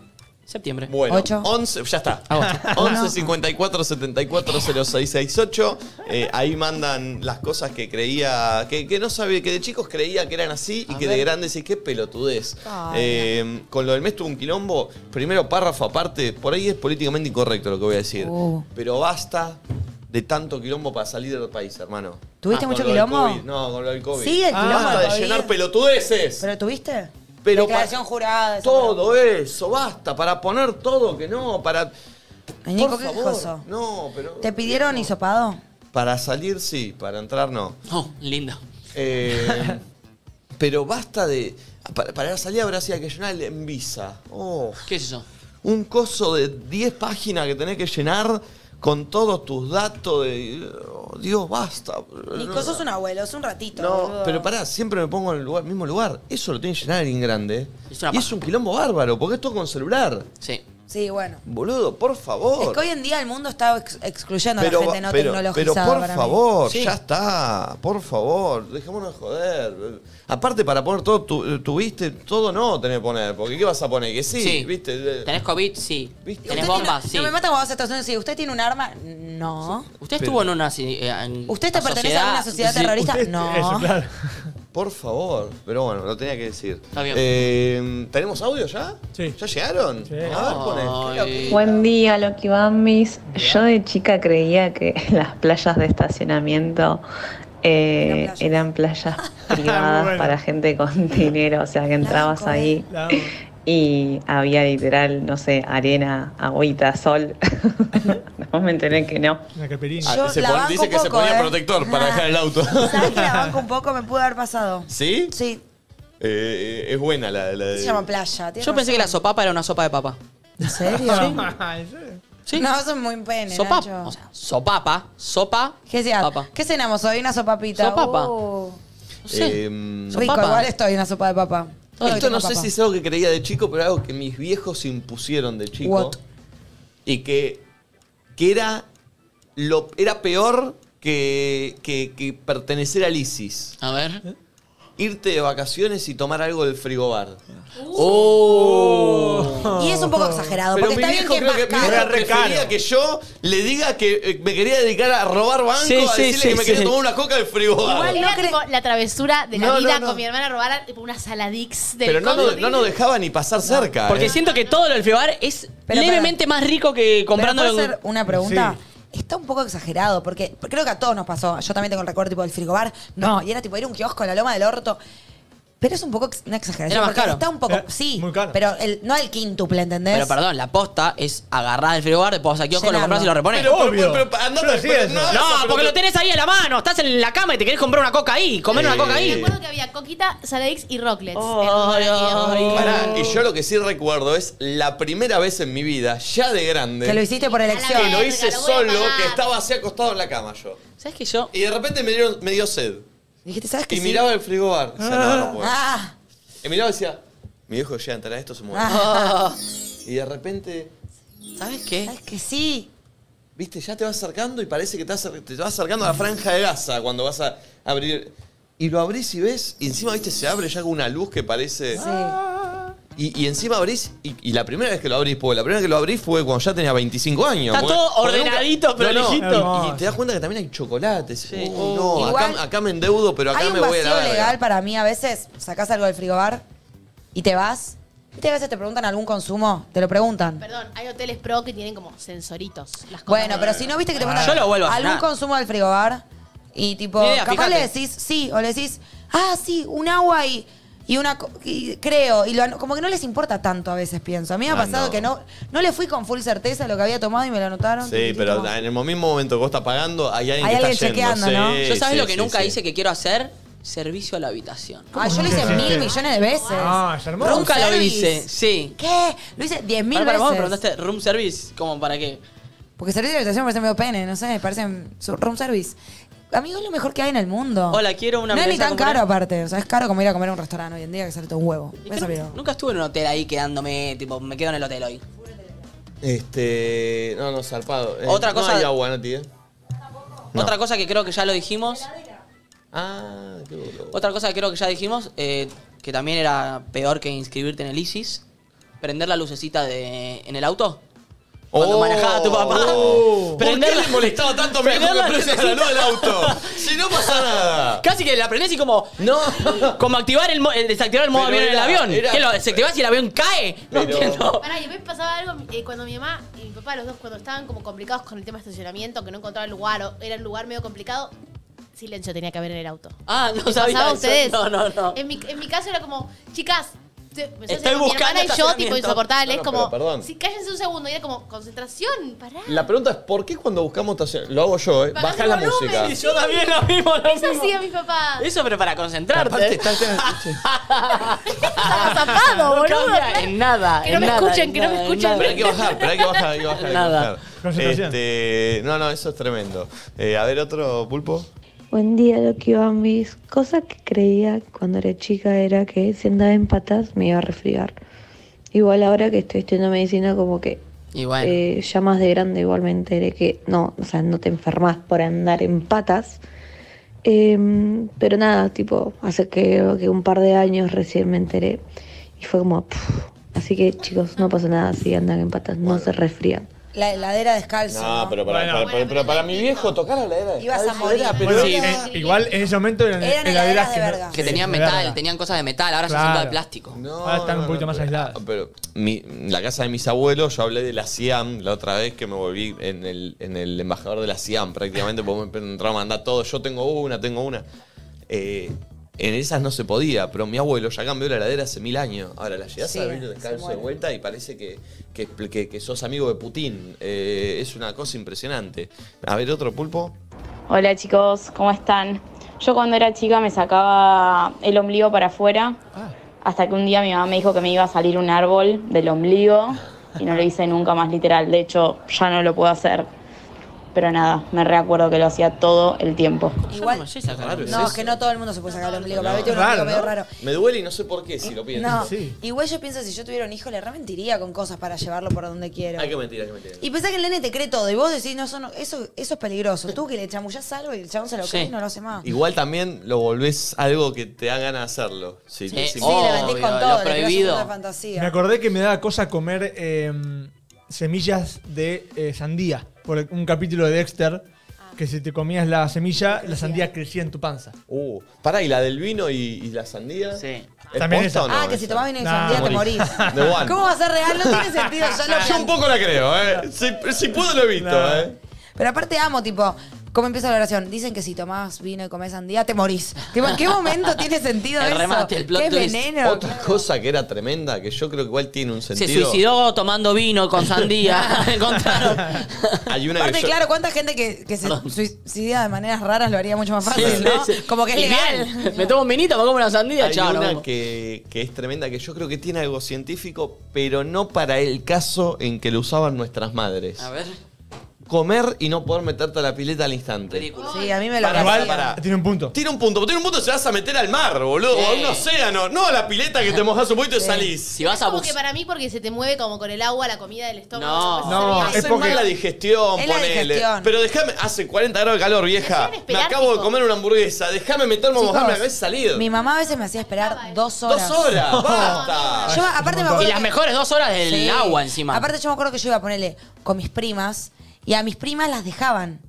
[SPEAKER 2] Septiembre.
[SPEAKER 1] Bueno,
[SPEAKER 4] Ocho. Ah,
[SPEAKER 1] 11, ya está.
[SPEAKER 2] Agosto.
[SPEAKER 1] 11 54 74 0668. Eh, ahí mandan las cosas que creía, que, que no sabía, que de chicos creía que eran así y que de grandes y qué pelotudez.
[SPEAKER 4] Ay,
[SPEAKER 1] Eh, con lo del mes tuvo un quilombo, primero párrafo aparte, por ahí es políticamente incorrecto lo que voy a decir.
[SPEAKER 4] Uh.
[SPEAKER 1] Pero basta de tanto quilombo para salir del país, hermano. Ah,
[SPEAKER 4] ¿Tuviste
[SPEAKER 1] Con
[SPEAKER 4] mucho
[SPEAKER 1] lo del
[SPEAKER 4] quilombo?
[SPEAKER 1] COVID. No, con lo del COVID.
[SPEAKER 4] Sí, el
[SPEAKER 5] Ah,
[SPEAKER 4] quilombo
[SPEAKER 1] Basta
[SPEAKER 4] del
[SPEAKER 1] de llenar
[SPEAKER 4] COVID.
[SPEAKER 1] pelotudeces.
[SPEAKER 4] ¿Pero tuviste?
[SPEAKER 1] Pero
[SPEAKER 4] Declaración
[SPEAKER 1] pa-
[SPEAKER 4] jurada. esa
[SPEAKER 1] todo eso, basta, para poner todo que no, para.
[SPEAKER 4] Ay, Nico,
[SPEAKER 1] eh, por
[SPEAKER 4] qué
[SPEAKER 1] favor.
[SPEAKER 4] quejoso.
[SPEAKER 1] No, pero.
[SPEAKER 4] ¿Te pidieron hisopado?
[SPEAKER 1] Para salir sí, para entrar no.
[SPEAKER 2] Oh, lindo.
[SPEAKER 1] Eh, pero basta de. Para, para salir habrá sido que llenar el en visa. Oh,
[SPEAKER 2] ¿Qué es eso?
[SPEAKER 1] un coso de 10 páginas que tenés que llenar con todos tus datos. De, oh, Dios, basta.
[SPEAKER 4] Nico, sos un abuelo, es un ratito.
[SPEAKER 1] No,
[SPEAKER 4] boludo.
[SPEAKER 1] pero pará, siempre me pongo en el lugar- mismo lugar. Eso lo tiene que llenar alguien grande.
[SPEAKER 2] Es una
[SPEAKER 1] y es
[SPEAKER 2] paja.
[SPEAKER 1] un quilombo bárbaro, porque es todo con celular.
[SPEAKER 2] Sí.
[SPEAKER 4] Sí, bueno.
[SPEAKER 1] Boludo, por favor.
[SPEAKER 4] Es que hoy en día el mundo está ex- excluyendo a la gente no
[SPEAKER 1] pero- pero
[SPEAKER 4] tecnologizada.
[SPEAKER 1] por
[SPEAKER 4] para mí.
[SPEAKER 1] favor,
[SPEAKER 2] Sí.
[SPEAKER 1] ya está, por favor, dejémonos de joder. Aparte, para poner todo, tu- tuviste, todo no tenés que poner, porque ¿qué vas a poner? Que sí, ¿viste?
[SPEAKER 2] ¿Tenés COVID? Sí.
[SPEAKER 1] ¿Viste?
[SPEAKER 2] ¿Tenés
[SPEAKER 4] ¿Usted
[SPEAKER 2] bombas?
[SPEAKER 4] tiene-
[SPEAKER 2] Sí.
[SPEAKER 4] No me mata cuando vas a Estados Unidos y ¿usted tiene un arma? No.
[SPEAKER 2] ¿Usted
[SPEAKER 1] Pero-
[SPEAKER 2] estuvo en una... si- eh, en
[SPEAKER 4] ¿Usted te
[SPEAKER 2] una
[SPEAKER 4] pertenece a una sociedad
[SPEAKER 2] Sí.
[SPEAKER 4] terrorista?
[SPEAKER 5] Usted-
[SPEAKER 4] No.
[SPEAKER 5] Eso, claro.
[SPEAKER 1] Por favor, pero bueno, lo tenía que decir.
[SPEAKER 2] Está bien.
[SPEAKER 1] Eh, ¿Tenemos audio ya?
[SPEAKER 5] Sí.
[SPEAKER 1] ¿Ya llegaron?
[SPEAKER 5] Sí.
[SPEAKER 1] A ver, pone.
[SPEAKER 2] Ay.
[SPEAKER 1] Creo que-
[SPEAKER 6] Buen día, Loki Bambis. Yo de chica creía que las playas de estacionamiento eh,
[SPEAKER 4] Eran
[SPEAKER 6] eran playas privadas
[SPEAKER 5] Muy bueno.
[SPEAKER 6] para gente con dinero, o sea que entrabas
[SPEAKER 4] Blanco,
[SPEAKER 6] ahí
[SPEAKER 5] La amo.
[SPEAKER 6] y había literal, no sé, arena, agüita, sol. Después me enteré que no.
[SPEAKER 5] Una carperina.
[SPEAKER 1] Ah,
[SPEAKER 4] Yo
[SPEAKER 1] se
[SPEAKER 4] la
[SPEAKER 1] pon-
[SPEAKER 4] banco
[SPEAKER 1] dice que
[SPEAKER 4] un
[SPEAKER 1] se
[SPEAKER 4] poco,
[SPEAKER 1] ponía
[SPEAKER 4] eh.
[SPEAKER 1] protector para
[SPEAKER 4] Ah.
[SPEAKER 1] dejar el auto.
[SPEAKER 4] ¿Sabes que la banco un poco? Me pudo haber pasado.
[SPEAKER 1] ¿Sí?
[SPEAKER 4] Sí.
[SPEAKER 1] Eh, es buena la, la de.
[SPEAKER 4] Se llama playa. tiene
[SPEAKER 2] Yo pensé que la
[SPEAKER 4] razón.
[SPEAKER 2] sopapa era una sopa de papa.
[SPEAKER 4] ¿En serio?
[SPEAKER 5] Ah, ¿en serio?
[SPEAKER 2] ¿Sí?
[SPEAKER 4] No, son muy pene,
[SPEAKER 2] Sopa,
[SPEAKER 4] Nacho.
[SPEAKER 2] o sea, sopapa, sopa,
[SPEAKER 4] ¿Qué, sea?
[SPEAKER 2] papa.
[SPEAKER 4] ¿Qué cenamos hoy? Una sopapita.
[SPEAKER 2] Sopapa.
[SPEAKER 4] Uh,
[SPEAKER 2] No sé.
[SPEAKER 1] Em,
[SPEAKER 4] rico,
[SPEAKER 2] Sopapa.
[SPEAKER 4] igual estoy, una sopa de papa. Todo lo que
[SPEAKER 1] Esto no
[SPEAKER 4] tengo
[SPEAKER 1] sé
[SPEAKER 4] papa.
[SPEAKER 1] si es algo que creía de chico, pero algo que mis viejos impusieron de chico.
[SPEAKER 4] What?
[SPEAKER 1] Y que, que era, lo, era peor que, que- que pertenecer al ISIS.
[SPEAKER 2] A ver.
[SPEAKER 1] Irte de vacaciones y tomar algo del frigobar.
[SPEAKER 2] Uh.
[SPEAKER 1] Oh.
[SPEAKER 4] Y es un poco exagerado,
[SPEAKER 1] Pero
[SPEAKER 4] porque
[SPEAKER 1] mi
[SPEAKER 4] está bien
[SPEAKER 1] viejo
[SPEAKER 4] que
[SPEAKER 1] creo
[SPEAKER 4] es más
[SPEAKER 1] que mi viejo
[SPEAKER 4] caro.
[SPEAKER 1] prefería que yo le diga que eh, me quería dedicar a robar banco,
[SPEAKER 2] Sí,
[SPEAKER 1] a
[SPEAKER 2] sí,
[SPEAKER 1] decirle
[SPEAKER 2] sí,
[SPEAKER 1] que me quería
[SPEAKER 2] sí.
[SPEAKER 1] tomar una coca del frigobar.
[SPEAKER 3] Igual
[SPEAKER 4] no
[SPEAKER 3] era
[SPEAKER 4] cre-
[SPEAKER 3] tipo la travesura de la
[SPEAKER 1] No, no,
[SPEAKER 3] vida
[SPEAKER 1] no.
[SPEAKER 3] con mi hermana robar tipo, una saladix del
[SPEAKER 1] pero no, nos-
[SPEAKER 3] Conti.
[SPEAKER 1] no nos dejaba ni pasar cerca.
[SPEAKER 2] Porque
[SPEAKER 1] eh.
[SPEAKER 2] siento que todo lo del frigobar es
[SPEAKER 4] Pero,
[SPEAKER 2] levemente más rico que comprando
[SPEAKER 4] Pero ¿puedo
[SPEAKER 2] algo-
[SPEAKER 4] hacer una pregunta? Está un poco exagerado, porque creo que a todos nos pasó. Yo también tengo el recuerdo tipo del frigobar. No, y era tipo ir a un kiosco en la loma del orto. Pero es un poco ex- una exageración.
[SPEAKER 2] Era más
[SPEAKER 4] porque
[SPEAKER 2] caro.
[SPEAKER 4] Está un poco.
[SPEAKER 5] Eh,
[SPEAKER 4] sí,
[SPEAKER 5] muy caro.
[SPEAKER 4] pero el, no el quíntuple, ¿entendés?
[SPEAKER 2] Pero perdón, la posta es agarrar el frigobar, después a kiosco, lo
[SPEAKER 4] Llenarlo.
[SPEAKER 2] compras y lo repones.
[SPEAKER 1] Pero, pero,
[SPEAKER 5] Obvio.
[SPEAKER 1] pero, pero, andate,
[SPEAKER 5] Yo decía
[SPEAKER 1] pero
[SPEAKER 5] eso.
[SPEAKER 1] no,
[SPEAKER 2] no,
[SPEAKER 1] pero
[SPEAKER 2] porque
[SPEAKER 1] te-
[SPEAKER 2] lo tenés ahí a la mano, estás en la cama y te querés comprar una coca ahí, comer una coca
[SPEAKER 1] Eh,
[SPEAKER 2] ahí.
[SPEAKER 3] Me acuerdo que había coquita, saladix y rocklets.
[SPEAKER 2] Ay, ay.
[SPEAKER 1] Pará, y yo lo que sí recuerdo es la primera vez en mi vida, ya de grande,
[SPEAKER 4] Que
[SPEAKER 2] eh.
[SPEAKER 4] lo hiciste por elección.
[SPEAKER 1] que lo hice
[SPEAKER 3] Verga, lo voy a
[SPEAKER 1] solo,
[SPEAKER 3] pagar.
[SPEAKER 1] que estaba así acostado en la cama yo.
[SPEAKER 2] ¿Sabes que yo?
[SPEAKER 1] Y de repente me, dieron, me dio sed.
[SPEAKER 4] Dijiste, ¿sabes qué?
[SPEAKER 1] Y
[SPEAKER 4] sí?
[SPEAKER 1] miraba el frigobar. O sea, no, no puedo.
[SPEAKER 4] Ah,
[SPEAKER 1] Y miraba y decía, mi viejo llega a entrar a esto, se muere.
[SPEAKER 2] Ah,
[SPEAKER 1] Y de repente,
[SPEAKER 2] ¿Sabes qué?
[SPEAKER 4] ¿sabes que sí?
[SPEAKER 1] viste, ya te vas acercando y parece que te vas, acer- te vas acercando a la franja de Gaza cuando vas a abrir. Y lo abrís y ves, y encima, viste, se abre ya con una luz que parece...
[SPEAKER 4] Sí.
[SPEAKER 1] Y, y encima abrís, y, y la primera vez que lo abrís, porque la primera vez que lo abrís fue cuando ya tenía 25 años.
[SPEAKER 2] Está
[SPEAKER 1] porque-
[SPEAKER 2] todo
[SPEAKER 1] porque nunca-
[SPEAKER 2] ordenadito, pero Oh.
[SPEAKER 5] Hermoso.
[SPEAKER 1] Y te das cuenta que también hay chocolates. Uy, no,
[SPEAKER 4] Igual-
[SPEAKER 1] acá, acá me endeudo, pero acá
[SPEAKER 4] Hay un
[SPEAKER 1] me voy a la
[SPEAKER 4] vacío
[SPEAKER 1] verga.
[SPEAKER 4] legal para mí a veces. Sacás algo del frigobar y te vas. ¿Viste que a veces te preguntan algún consumo? Te lo preguntan.
[SPEAKER 3] Perdón, hay hoteles pro que tienen como sensoritos. Las cosas.
[SPEAKER 4] Bueno, pero si no viste que te preguntan
[SPEAKER 2] Yo lo vuelvo a
[SPEAKER 4] algún
[SPEAKER 2] cenar.
[SPEAKER 4] consumo del frigobar y tipo,
[SPEAKER 2] Ni idea,
[SPEAKER 4] capaz
[SPEAKER 2] fíjate.
[SPEAKER 4] le decís sí o le decís, ah, sí, un agua y, y una, co- y creo, y lo an- como que no les importa tanto a veces, pienso. A mí me ha
[SPEAKER 1] Ah,
[SPEAKER 4] pasado
[SPEAKER 1] no.
[SPEAKER 4] que no, no le fui con full certeza lo que había tomado y me lo anotaron.
[SPEAKER 1] Sí,
[SPEAKER 4] tiquití,
[SPEAKER 1] pero
[SPEAKER 4] como-
[SPEAKER 1] en el mismo momento que vos estás pagando, hay alguien
[SPEAKER 4] Hay
[SPEAKER 1] que
[SPEAKER 4] alguien
[SPEAKER 1] está yendo.
[SPEAKER 4] chequeando, ¿no?
[SPEAKER 1] Sí,
[SPEAKER 2] Yo sabes
[SPEAKER 1] sí,
[SPEAKER 2] lo que
[SPEAKER 1] sí,
[SPEAKER 2] nunca
[SPEAKER 1] sí.
[SPEAKER 2] hice que quiero hacer, servicio a la habitación.
[SPEAKER 4] Ah, yo lo hice
[SPEAKER 5] Sí.
[SPEAKER 4] mil millones de veces.
[SPEAKER 5] Ah, es hermoso.
[SPEAKER 2] Nunca lo
[SPEAKER 4] service.
[SPEAKER 2] hice, sí.
[SPEAKER 4] ¿Qué? Lo hice diez mil
[SPEAKER 2] Pará, pará, vos me
[SPEAKER 4] veces.
[SPEAKER 2] preguntaste room service, ¿cómo para qué?
[SPEAKER 4] Porque servicio de habitación me parece medio pene, no sé, me parece un- su- room service. Amigo, es lo mejor que hay en el mundo.
[SPEAKER 2] Hola, quiero una
[SPEAKER 4] No es ni
[SPEAKER 2] milanesa
[SPEAKER 4] tan
[SPEAKER 2] con
[SPEAKER 4] caro
[SPEAKER 2] puré.
[SPEAKER 4] aparte, o sea, es caro como ir a comer a un restaurante hoy en día que sale todo un huevo.
[SPEAKER 2] Y
[SPEAKER 4] Eso,
[SPEAKER 2] creo-
[SPEAKER 4] pero-
[SPEAKER 2] Nunca estuve en un hotel ahí quedándome, tipo, me quedo en el hotel hoy.
[SPEAKER 1] Este. No, no, zarpado. Eh,
[SPEAKER 2] Otra
[SPEAKER 1] No
[SPEAKER 2] cosa-
[SPEAKER 1] hay agua, Nati, ¿eh? No.
[SPEAKER 2] Otra cosa que creo que ya lo dijimos,
[SPEAKER 1] Ah, qué boludo.
[SPEAKER 2] otra cosa que creo que ya dijimos, eh, que también era peor que inscribirte en el ISIS, prender la lucecita de, en el auto. Cuando
[SPEAKER 1] Oh.
[SPEAKER 2] manejaba tu papá.
[SPEAKER 1] Oh. ¿Por qué
[SPEAKER 2] Prenderla-
[SPEAKER 1] le molestaba tanto a mi viejo
[SPEAKER 2] prender la
[SPEAKER 1] que prenda la luz del auto? Si no pasa nada.
[SPEAKER 2] Casi que la prendés y como.
[SPEAKER 1] No.
[SPEAKER 2] Como activar el, mo- el- desactivar el modo
[SPEAKER 1] Pero
[SPEAKER 2] avión en el
[SPEAKER 1] era-
[SPEAKER 2] avión.
[SPEAKER 1] era-
[SPEAKER 2] ¿Qué lo desactivás y el avión cae? No
[SPEAKER 1] Pero-
[SPEAKER 2] entiendo.
[SPEAKER 3] Pará, y después pasaba algo eh, cuando mi mamá y mi papá, los dos, cuando estaban como complicados con el tema de estacionamiento, que no encontraban lugar o era un lugar medio complicado, silencio tenía que haber en el auto.
[SPEAKER 2] Ah, no
[SPEAKER 3] ¿Les
[SPEAKER 2] sabía
[SPEAKER 3] pasaba a
[SPEAKER 2] eso.
[SPEAKER 3] ustedes? Em-
[SPEAKER 2] No, no, no.
[SPEAKER 3] En mi, en mi caso era como, chicas, te- me
[SPEAKER 2] Estoy
[SPEAKER 3] mi
[SPEAKER 2] buscando
[SPEAKER 3] hermana y yo, tipo
[SPEAKER 2] estacionamiento.
[SPEAKER 3] insoportable,
[SPEAKER 1] No,
[SPEAKER 3] es
[SPEAKER 1] no,
[SPEAKER 3] como,
[SPEAKER 1] pero perdón.
[SPEAKER 3] sí, cállense un segundo, y era como, concentración, pará.
[SPEAKER 1] La pregunta es: ¿por qué cuando buscamos estación? Lo hago yo, ¿eh?
[SPEAKER 3] Bajá
[SPEAKER 1] Bajá
[SPEAKER 3] el
[SPEAKER 1] la
[SPEAKER 3] volumen.
[SPEAKER 1] música.
[SPEAKER 2] Y yo también lo mismo, lo
[SPEAKER 3] Eso
[SPEAKER 2] mismo.
[SPEAKER 3] hacía mi papá.
[SPEAKER 2] Eso, pero para concentrarte.
[SPEAKER 1] Aparte, está el tema-
[SPEAKER 3] Estaba zapado,
[SPEAKER 2] No
[SPEAKER 3] boludo.
[SPEAKER 2] cambia
[SPEAKER 3] claro.
[SPEAKER 2] en nada.
[SPEAKER 3] Que no
[SPEAKER 2] en
[SPEAKER 3] me
[SPEAKER 2] nada,
[SPEAKER 3] escuchen,
[SPEAKER 2] en
[SPEAKER 3] que no me
[SPEAKER 2] nada, en
[SPEAKER 3] escuchen.
[SPEAKER 2] nada.
[SPEAKER 1] Pero hay que bajar, pero hay que bajar, hay que bajar. hay que
[SPEAKER 2] Nada.
[SPEAKER 1] bajar.
[SPEAKER 5] Concentración.
[SPEAKER 1] Este, no, no, eso es tremendo. Eh, a ver, otro pulpo.
[SPEAKER 7] Buen día, Loki Bambis. Cosa que creía cuando era chica era que si andaba en patas me iba a resfriar. Igual ahora que estoy estudiando medicina, como que
[SPEAKER 2] Y bueno,
[SPEAKER 7] eh, ya más de grande igual me enteré que no, o sea, no te enfermas por andar en patas. Em, pero nada, tipo, hace que, que un par de años recién me enteré y fue como, pff. así que chicos, no pasa nada si andan en patas, no se resfrían.
[SPEAKER 4] La heladera descalza.
[SPEAKER 1] No, pero para,
[SPEAKER 5] Bueno.
[SPEAKER 1] para- para- pero para mi viejo tocar la heladera.
[SPEAKER 4] Ibas a
[SPEAKER 1] descalzo
[SPEAKER 4] morir.
[SPEAKER 1] era, pero
[SPEAKER 5] Bueno,
[SPEAKER 2] Sí.
[SPEAKER 5] eh, igual en ese momento eran,
[SPEAKER 4] Eran heladeras de
[SPEAKER 5] no-
[SPEAKER 4] verga.
[SPEAKER 2] que
[SPEAKER 5] sí,
[SPEAKER 2] tenían
[SPEAKER 5] de
[SPEAKER 2] metal,
[SPEAKER 5] verga.
[SPEAKER 2] tenían cosas de metal, ahora
[SPEAKER 5] Claro.
[SPEAKER 2] son todas de plástico.
[SPEAKER 5] Ahora están un poquito más aisladas.
[SPEAKER 1] Pero mi- la casa de mis abuelos, yo hablé de la CIAM la otra vez que me volví en el, en el embajador de la CIAM prácticamente, porque me entraba a mandar todo. Yo tengo una, tengo una. Eh, en esas no se podía, pero mi abuelo ya cambió la heladera hace mil años. Ahora la llegás
[SPEAKER 4] Sí,
[SPEAKER 1] a abrir
[SPEAKER 4] se
[SPEAKER 1] descalzo de
[SPEAKER 4] muere.
[SPEAKER 1] vuelta y parece que, que, que- que sos amigo de Putin. Eh, es una cosa impresionante. A ver, otro pulpo.
[SPEAKER 8] Hola chicos, ¿cómo están? Yo cuando era chica me sacaba el ombligo para afuera, hasta que un día mi mamá me dijo que me iba a salir un árbol del ombligo y no lo hice nunca más literal, de hecho ya no lo puedo hacer. Pero nada, me recuerdo que lo hacía todo el tiempo.
[SPEAKER 2] Yo no
[SPEAKER 4] Igual-
[SPEAKER 2] me sé sacar.
[SPEAKER 1] Raro,
[SPEAKER 4] No,
[SPEAKER 1] es
[SPEAKER 4] es que
[SPEAKER 1] eso.
[SPEAKER 4] no todo el mundo se puede sacar el ombligo. Para
[SPEAKER 1] No.
[SPEAKER 4] mí tiene un
[SPEAKER 5] Raro,
[SPEAKER 4] ombligo medio
[SPEAKER 5] ¿no?
[SPEAKER 4] raro.
[SPEAKER 1] Me duele y no sé por qué si lo pienso.
[SPEAKER 4] No,
[SPEAKER 5] Sí.
[SPEAKER 4] igual yo pienso, si yo tuviera un hijo, le rementiría con cosas para llevarlo por donde quiero.
[SPEAKER 1] Hay que mentir, hay que mentir.
[SPEAKER 4] Y pensás que el nene te cree todo y vos decís, no, eso, no- eso, eso es peligroso. Tú que le chamullás algo y el chabón se lo
[SPEAKER 2] Sí.
[SPEAKER 4] cree y no lo hace más.
[SPEAKER 1] Igual también lo volvés algo que te da ganas de hacerlo. Si-
[SPEAKER 2] Sí.
[SPEAKER 1] si-
[SPEAKER 4] Sí, le vendés
[SPEAKER 2] Obvio,
[SPEAKER 4] con todo,
[SPEAKER 2] lo
[SPEAKER 4] le creas un
[SPEAKER 2] prohibido.
[SPEAKER 4] mundo de fantasía.
[SPEAKER 5] Me acordé que me daba cosa comer eh, semillas de eh, sandía. Por el- un capítulo de Dexter,
[SPEAKER 4] Ah.
[SPEAKER 5] que si te comías la semilla, la sandía crecía en tu panza.
[SPEAKER 1] Uh, pará, y la del vino y, y la sandía.
[SPEAKER 2] Sí.
[SPEAKER 1] ¿Es
[SPEAKER 5] También
[SPEAKER 1] posta
[SPEAKER 5] esa.
[SPEAKER 1] o no
[SPEAKER 4] ah, que
[SPEAKER 1] esa?
[SPEAKER 4] si tomás vino de
[SPEAKER 5] No,
[SPEAKER 4] sandía te
[SPEAKER 5] morís.
[SPEAKER 4] morís.
[SPEAKER 1] De one.
[SPEAKER 4] ¿Cómo va a ser real? No tiene sentido. Ya lo
[SPEAKER 1] Yo un
[SPEAKER 4] plan-
[SPEAKER 1] poco la creo, ¿eh? Sí, si puedo lo he visto,
[SPEAKER 5] No.
[SPEAKER 1] ¿eh?
[SPEAKER 4] Pero aparte amo, tipo, ¿cómo empieza la oración? Dicen que si tomás vino y comés sandía te morís. Tipo, ¿en qué momento tiene sentido
[SPEAKER 2] El
[SPEAKER 4] eso?
[SPEAKER 2] remate, el plot
[SPEAKER 4] ¿Qué
[SPEAKER 2] twist.
[SPEAKER 4] veneno?
[SPEAKER 1] Otra cosa que era tremenda, que yo creo que igual tiene un
[SPEAKER 2] Se
[SPEAKER 1] sentido.
[SPEAKER 2] suicidó tomando vino con sandía. Encontraron.
[SPEAKER 1] Hay una
[SPEAKER 4] Aparte,
[SPEAKER 1] que yo-
[SPEAKER 4] claro, ¿cuánta gente que, que se
[SPEAKER 2] Perdón.
[SPEAKER 4] suicida de maneras raras lo haría mucho más fácil,
[SPEAKER 2] Sí,
[SPEAKER 4] no?
[SPEAKER 2] sí, sí.
[SPEAKER 4] Como que es
[SPEAKER 2] Y
[SPEAKER 4] legal.
[SPEAKER 2] bien, me tomo un vinito, me como una sandía,
[SPEAKER 1] Hay
[SPEAKER 2] chao. nos
[SPEAKER 1] una
[SPEAKER 2] vemos.
[SPEAKER 1] que, que es tremenda, que yo creo que tiene algo científico, pero no para el caso en que lo usaban nuestras madres.
[SPEAKER 2] A ver.
[SPEAKER 1] Comer y no poder meterte a la pileta al instante.
[SPEAKER 2] Ridículo.
[SPEAKER 4] Sí, a mí me lo
[SPEAKER 1] Para,
[SPEAKER 5] Igual
[SPEAKER 4] hacían.
[SPEAKER 1] para.
[SPEAKER 5] tiene un punto.
[SPEAKER 1] Tiene un punto, tiene un punto, se vas a meter al mar, boludo, o a un
[SPEAKER 2] Sí.
[SPEAKER 1] océano, no a la pileta que te mojás un poquito y salís.
[SPEAKER 2] Si vas a
[SPEAKER 3] como que
[SPEAKER 2] buscar.
[SPEAKER 3] para mí porque se te mueve como con el agua la comida del estómago.
[SPEAKER 2] No.
[SPEAKER 3] Entonces
[SPEAKER 5] No,
[SPEAKER 3] sería-
[SPEAKER 5] es
[SPEAKER 1] Hace
[SPEAKER 5] porque-
[SPEAKER 1] mal la digestión,
[SPEAKER 4] Es la
[SPEAKER 1] ponele.
[SPEAKER 4] digestión.
[SPEAKER 1] Pero déjame, hace 40 grados de calor, vieja.
[SPEAKER 3] Dejaron
[SPEAKER 1] Me
[SPEAKER 3] esperar,
[SPEAKER 1] acabo de
[SPEAKER 3] tipo.
[SPEAKER 1] comer una hamburguesa, déjame meterme a
[SPEAKER 4] Chicos,
[SPEAKER 1] mojarme a veces salir.
[SPEAKER 4] Mi mamá a veces me hacía esperar dos horas.
[SPEAKER 1] Dos horas, basta.
[SPEAKER 4] Yo, aparte me acuerdo
[SPEAKER 2] Y las
[SPEAKER 4] que-
[SPEAKER 2] mejores dos horas del
[SPEAKER 4] Sí.
[SPEAKER 2] agua encima.
[SPEAKER 4] Aparte, yo me acuerdo que yo iba a ponerle con mis primas y a mis primas las dejaban.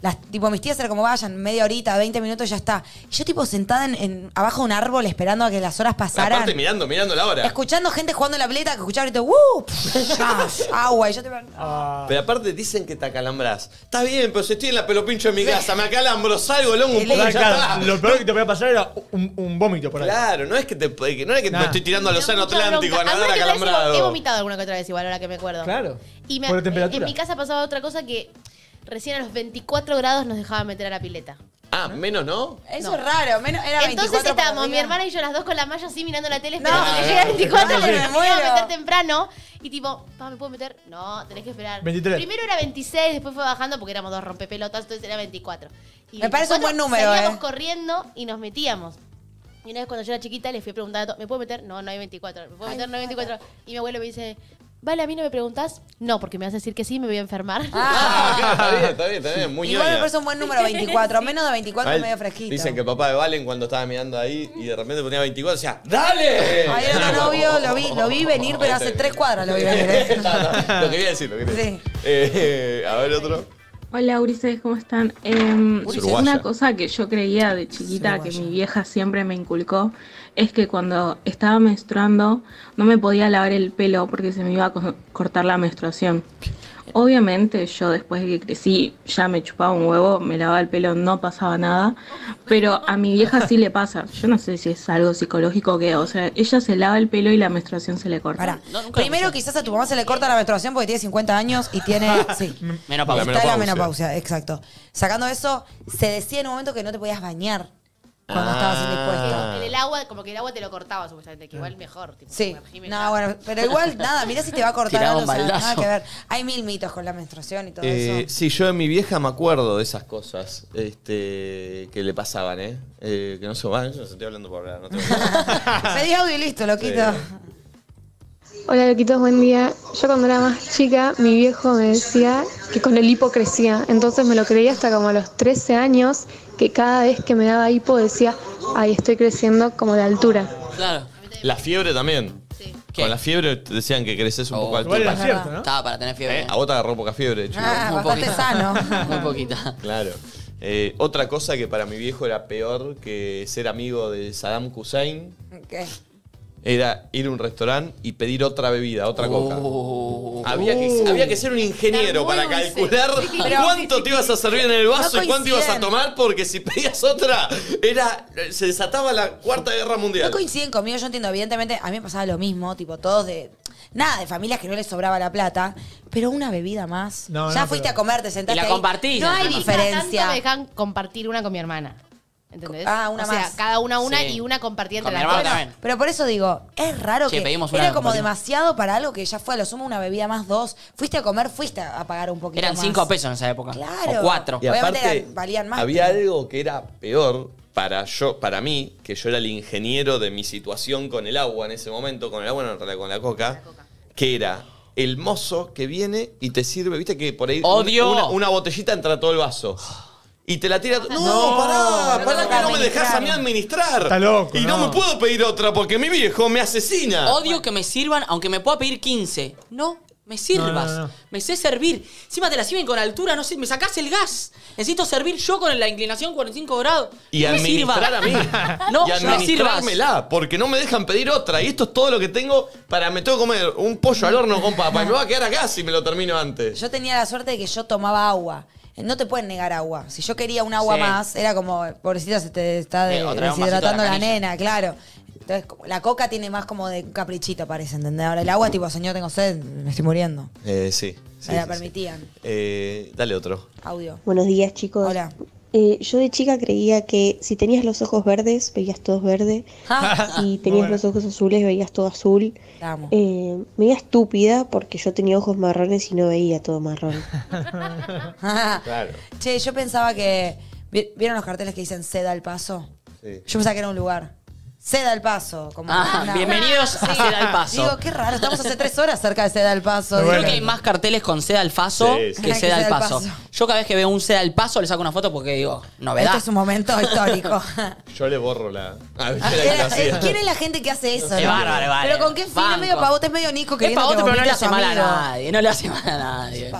[SPEAKER 4] Las, tipo, mis tías era como vayan, media horita, 20 minutos, ya está. Y yo, tipo, sentada en, en- abajo de un árbol esperando a que las horas pasaran.
[SPEAKER 1] Aparte mirando, mirando la hora.
[SPEAKER 4] Escuchando gente jugando en la pileta que escuchaba ahorita, ¡uh! Ya, agua. Y yo te
[SPEAKER 1] Pero aparte dicen que te acalambrás. Está bien, pero si estoy en la pelopincho en mi casa, me acalambro, salgo, longo un
[SPEAKER 4] Sí,
[SPEAKER 1] poco y ya
[SPEAKER 5] Claro,
[SPEAKER 1] está.
[SPEAKER 5] claro, lo peor que te podía pasar era un, un vómito por ahí.
[SPEAKER 1] Claro, no es que te que no es que
[SPEAKER 5] Nah.
[SPEAKER 1] me estoy tirando al
[SPEAKER 3] Me da
[SPEAKER 1] océano
[SPEAKER 3] mucha
[SPEAKER 1] Atlántico a
[SPEAKER 3] bronca.
[SPEAKER 1] nadar
[SPEAKER 3] Alguna que otra vez
[SPEAKER 1] acalambrado.
[SPEAKER 3] He vomitado alguna que otra vez igual, ahora que me acuerdo.
[SPEAKER 5] Claro.
[SPEAKER 3] Y me-
[SPEAKER 5] Por la temperatura.
[SPEAKER 3] En mi casa pasaba otra cosa que recién a los 24 grados nos dejaban meter a la pileta.
[SPEAKER 1] Ah, menos no.
[SPEAKER 4] Eso es raro, menos, era
[SPEAKER 3] Entonces estábamos mi hermana y yo las dos con la malla así mirando la tele esperando
[SPEAKER 4] No.
[SPEAKER 3] que llegue a 24
[SPEAKER 4] No,
[SPEAKER 3] porque
[SPEAKER 4] sí.
[SPEAKER 3] nos iban
[SPEAKER 4] Muero.
[SPEAKER 3] a meter temprano. Y tipo, pa, ¿me puedo meter? No, tenés que esperar.
[SPEAKER 5] 23.
[SPEAKER 3] Primero era 26, después fue bajando porque éramos dos rompepelotas, entonces era 24. Y
[SPEAKER 4] Me parece
[SPEAKER 3] 24
[SPEAKER 4] un buen número,
[SPEAKER 3] Salíamos
[SPEAKER 4] eh.
[SPEAKER 3] corriendo y nos metíamos. Y una vez cuando yo era chiquita les fui a preguntar a todos, ¿me puedo meter? No, no hay 24. ¿Me puedo meter? No hay 24. Y mi abuelo me dice, vale, a mí no me preguntás. No, porque me vas a decir que sí, me voy a enfermar.
[SPEAKER 1] Ah, claro, está bien, está bien, está bien. Muy
[SPEAKER 4] Igual me
[SPEAKER 1] ñoña.
[SPEAKER 4] parece un buen número, 24. Menos de 24
[SPEAKER 1] Mal.
[SPEAKER 4] es medio fresquito.
[SPEAKER 1] Dicen que el papá de Valen cuando estaba mirando ahí y de repente ponía 24 decía, ¡Dale!
[SPEAKER 4] Ahí era otro novio, lo vi, lo vi venir, pero hace tres cuadras lo vi venir. ¿eh?
[SPEAKER 1] No, no, lo quería decir, lo quería decir.
[SPEAKER 4] Sí.
[SPEAKER 1] Eh, a ver otro.
[SPEAKER 9] Hola Ulises, ¿cómo están? Em,
[SPEAKER 1] Ulises. Uruguaya.
[SPEAKER 9] una cosa que yo creía de chiquita que mi vieja siempre me inculcó es que cuando estaba menstruando no me podía lavar el pelo porque se me iba a co- cortar la menstruación. Obviamente yo después de que crecí ya me chupaba un huevo, me lavaba el pelo, no pasaba nada, pero a mi vieja sí le pasa. Yo no sé si es algo psicológico que, o sea, ella se lava el pelo y la menstruación se le corta.
[SPEAKER 4] Pará.
[SPEAKER 2] No, nunca
[SPEAKER 4] Primero,
[SPEAKER 2] lo pensé.
[SPEAKER 4] quizás a tu mamá se le corta la menstruación porque tiene 50 años y tiene. Sí.
[SPEAKER 1] La
[SPEAKER 2] Menos pausa.
[SPEAKER 1] menopausia.
[SPEAKER 4] Está la menopausia, exacto. Sacando eso, se decía en un momento que no te podías bañar cuando
[SPEAKER 1] Ah.
[SPEAKER 4] estabas indispuesta.
[SPEAKER 3] En el agua, como que el agua te lo cortaba supuestamente, que igual mejor. Tipo,
[SPEAKER 4] Sí.
[SPEAKER 3] imagínate.
[SPEAKER 4] No, bueno, pero igual, nada, mirá si te va a cortar
[SPEAKER 2] Tiraba
[SPEAKER 4] algo.
[SPEAKER 2] un
[SPEAKER 4] o sea, nada
[SPEAKER 2] baldazo.
[SPEAKER 4] que ver. Hay mil mitos con la menstruación y todo
[SPEAKER 1] Eh,
[SPEAKER 4] eso.
[SPEAKER 1] sí, yo en mi vieja me acuerdo de esas cosas este, que le pasaban, ¿eh? Eh, que no se van, yo no estoy hablando por hablar. No tengo-
[SPEAKER 4] Pedí audio y listo, loquito.
[SPEAKER 1] Sí.
[SPEAKER 10] Hola loquitos, buen día. Yo cuando era más chica, mi viejo me decía que con el hipo crecía. Entonces me lo creía hasta como a los 13 años, que cada vez que me daba hipo decía, ahí estoy creciendo como de altura.
[SPEAKER 2] Claro.
[SPEAKER 1] La fiebre también. Con la fiebre te decían que creces un poco altura.
[SPEAKER 2] Igual era cierto, ¿no? Estaba para tener fiebre.
[SPEAKER 1] Eh, A vos te agarró poca fiebre, chico.
[SPEAKER 4] Ah, bastante sano.
[SPEAKER 2] Muy poquita.
[SPEAKER 1] Claro. Eh, otra cosa que para mi viejo era peor que ser amigo de Saddam Hussein
[SPEAKER 4] ¿Qué?
[SPEAKER 1] era ir a un restaurante y pedir otra bebida, otra
[SPEAKER 2] Oh.
[SPEAKER 1] coca. Había
[SPEAKER 4] Uh.
[SPEAKER 1] que, había que ser un ingeniero para calcular
[SPEAKER 4] Pero-
[SPEAKER 1] cuánto te ibas a servir en el vaso
[SPEAKER 4] No
[SPEAKER 1] y cuánto ibas a
[SPEAKER 4] coinciden.
[SPEAKER 1] tomar, porque si pedías otra, era se desataba la Cuarta Guerra Mundial.
[SPEAKER 4] No coinciden conmigo, yo entiendo, evidentemente, a mí me pasaba lo mismo, tipo, todos de. Nada, de familias que no les sobraba la plata, pero una bebida más.
[SPEAKER 5] No,
[SPEAKER 4] ya
[SPEAKER 5] no,
[SPEAKER 4] fuiste
[SPEAKER 5] pero-
[SPEAKER 4] a comer, te sentaste.
[SPEAKER 2] Y la
[SPEAKER 4] ahí.
[SPEAKER 2] compartís,
[SPEAKER 4] No hay
[SPEAKER 2] además.
[SPEAKER 4] diferencia.
[SPEAKER 3] Tanto me dejan compartir una con mi hermana. ¿Entendés?
[SPEAKER 4] Ah, una
[SPEAKER 3] o sea,
[SPEAKER 4] más.
[SPEAKER 3] cada una una
[SPEAKER 2] Sí.
[SPEAKER 3] y una compartida entre
[SPEAKER 2] Con mi
[SPEAKER 3] las
[SPEAKER 2] hermana
[SPEAKER 3] dos.
[SPEAKER 2] también.
[SPEAKER 4] Pero por eso digo, es raro
[SPEAKER 2] Che,
[SPEAKER 4] que
[SPEAKER 2] pedimos una
[SPEAKER 4] era como
[SPEAKER 2] compartida.
[SPEAKER 4] demasiado para algo que ya fue a lo sumo una bebida más dos. Fuiste a comer, fuiste a pagar un poquito
[SPEAKER 2] Eran
[SPEAKER 4] más.
[SPEAKER 2] 5 pesos en esa época.
[SPEAKER 4] Claro.
[SPEAKER 2] O 4.
[SPEAKER 4] Y Obviamente eran- valían más,
[SPEAKER 1] había
[SPEAKER 4] pero-
[SPEAKER 1] algo que era peor para yo, para mí, que yo era el ingeniero de mi situación con el agua en ese momento, con el agua, no, en realidad con la coca, que era el mozo que viene y te sirve, viste que por ahí un-
[SPEAKER 2] Odio.
[SPEAKER 1] Una, una botellita entra todo el vaso. Y te la tira. No,
[SPEAKER 4] No,
[SPEAKER 1] pará, pará
[SPEAKER 4] no tengo
[SPEAKER 1] que
[SPEAKER 4] que
[SPEAKER 1] no me dejas
[SPEAKER 4] administrar.
[SPEAKER 1] a mí administrar.
[SPEAKER 5] Está loco,
[SPEAKER 1] Y no,
[SPEAKER 5] no.
[SPEAKER 1] me puedo pedir otra porque mi viejo me asesina.
[SPEAKER 2] Odio que me sirvan, aunque me pueda pedir 15. No, me sirvas.
[SPEAKER 5] No, no, no.
[SPEAKER 2] Me sé servir. Encima te la sirven con altura, no sé, me sacás el gas. Necesito servir yo con la inclinación 45 grados.
[SPEAKER 1] Y
[SPEAKER 2] no me
[SPEAKER 1] administrar
[SPEAKER 2] sirvas.
[SPEAKER 1] a mí.
[SPEAKER 2] No
[SPEAKER 1] y
[SPEAKER 2] me sirvas.
[SPEAKER 1] administrármela, porque no me dejan pedir otra. Y esto es todo lo que tengo para me tengo que comer un pollo al horno con papa. Y me va a quedar acá si me lo termino antes.
[SPEAKER 4] Yo tenía la suerte de que yo tomaba agua. No te pueden negar agua. Si yo quería un agua
[SPEAKER 2] Sí.
[SPEAKER 4] más, era como, pobrecita, se te está de-
[SPEAKER 2] Eh, otra vez un vasito de la
[SPEAKER 4] deshidratando la
[SPEAKER 2] canilla.
[SPEAKER 4] nena, claro. Entonces, como- la coca tiene más como de caprichito, parece, ¿entendés? Ahora el agua, tipo, señor, tengo sed, me estoy muriendo.
[SPEAKER 1] Eh, sí. sí,
[SPEAKER 4] me la
[SPEAKER 1] sí,
[SPEAKER 4] permitían.
[SPEAKER 1] sí. Eh, dale otro.
[SPEAKER 4] Audio.
[SPEAKER 7] Buenos días, chicos.
[SPEAKER 4] Hola.
[SPEAKER 7] Eh, yo de chica creía que si tenías los ojos verdes, veías todo verde. Si tenías
[SPEAKER 5] Bueno.
[SPEAKER 7] los ojos azules, veías todo azul.
[SPEAKER 4] Te amo.
[SPEAKER 7] Eh, media estúpida porque yo tenía ojos marrones y no veía todo marrón.
[SPEAKER 1] Claro.
[SPEAKER 4] Che, yo pensaba que. vi- ¿Vieron los carteles que dicen seda al paso?
[SPEAKER 1] Sí.
[SPEAKER 4] Yo pensaba que era un lugar. Seda al paso. Como
[SPEAKER 2] Ah,
[SPEAKER 4] una-
[SPEAKER 2] bienvenidos a Seda al Paso.
[SPEAKER 4] Digo, qué raro, estamos hace tres horas cerca de seda al paso.
[SPEAKER 5] Pero
[SPEAKER 4] Digo,
[SPEAKER 2] Creo
[SPEAKER 5] bueno.
[SPEAKER 2] que hay más carteles con seda al paso
[SPEAKER 1] Sí, sí.
[SPEAKER 2] que seda al
[SPEAKER 4] Que seda al
[SPEAKER 2] paso.
[SPEAKER 4] paso.
[SPEAKER 2] Yo cada vez que veo un seda al paso le saco una foto porque digo, novedad.
[SPEAKER 4] Este es un momento histórico.
[SPEAKER 1] Yo le borro la. Ah,
[SPEAKER 4] Ah,
[SPEAKER 1] era que lo
[SPEAKER 4] era-
[SPEAKER 1] hacía.
[SPEAKER 4] ¿Quién es la gente que hace eso?
[SPEAKER 2] Es
[SPEAKER 4] no?
[SPEAKER 2] bárbaro, vale.
[SPEAKER 4] Pero con qué fin, es
[SPEAKER 2] Banco.
[SPEAKER 4] medio pavote, es medio Nico que
[SPEAKER 2] Es pavote, pero no le hace mal a
[SPEAKER 4] nada.
[SPEAKER 2] nadie. No le hace mal a nadie.
[SPEAKER 1] Y Eh,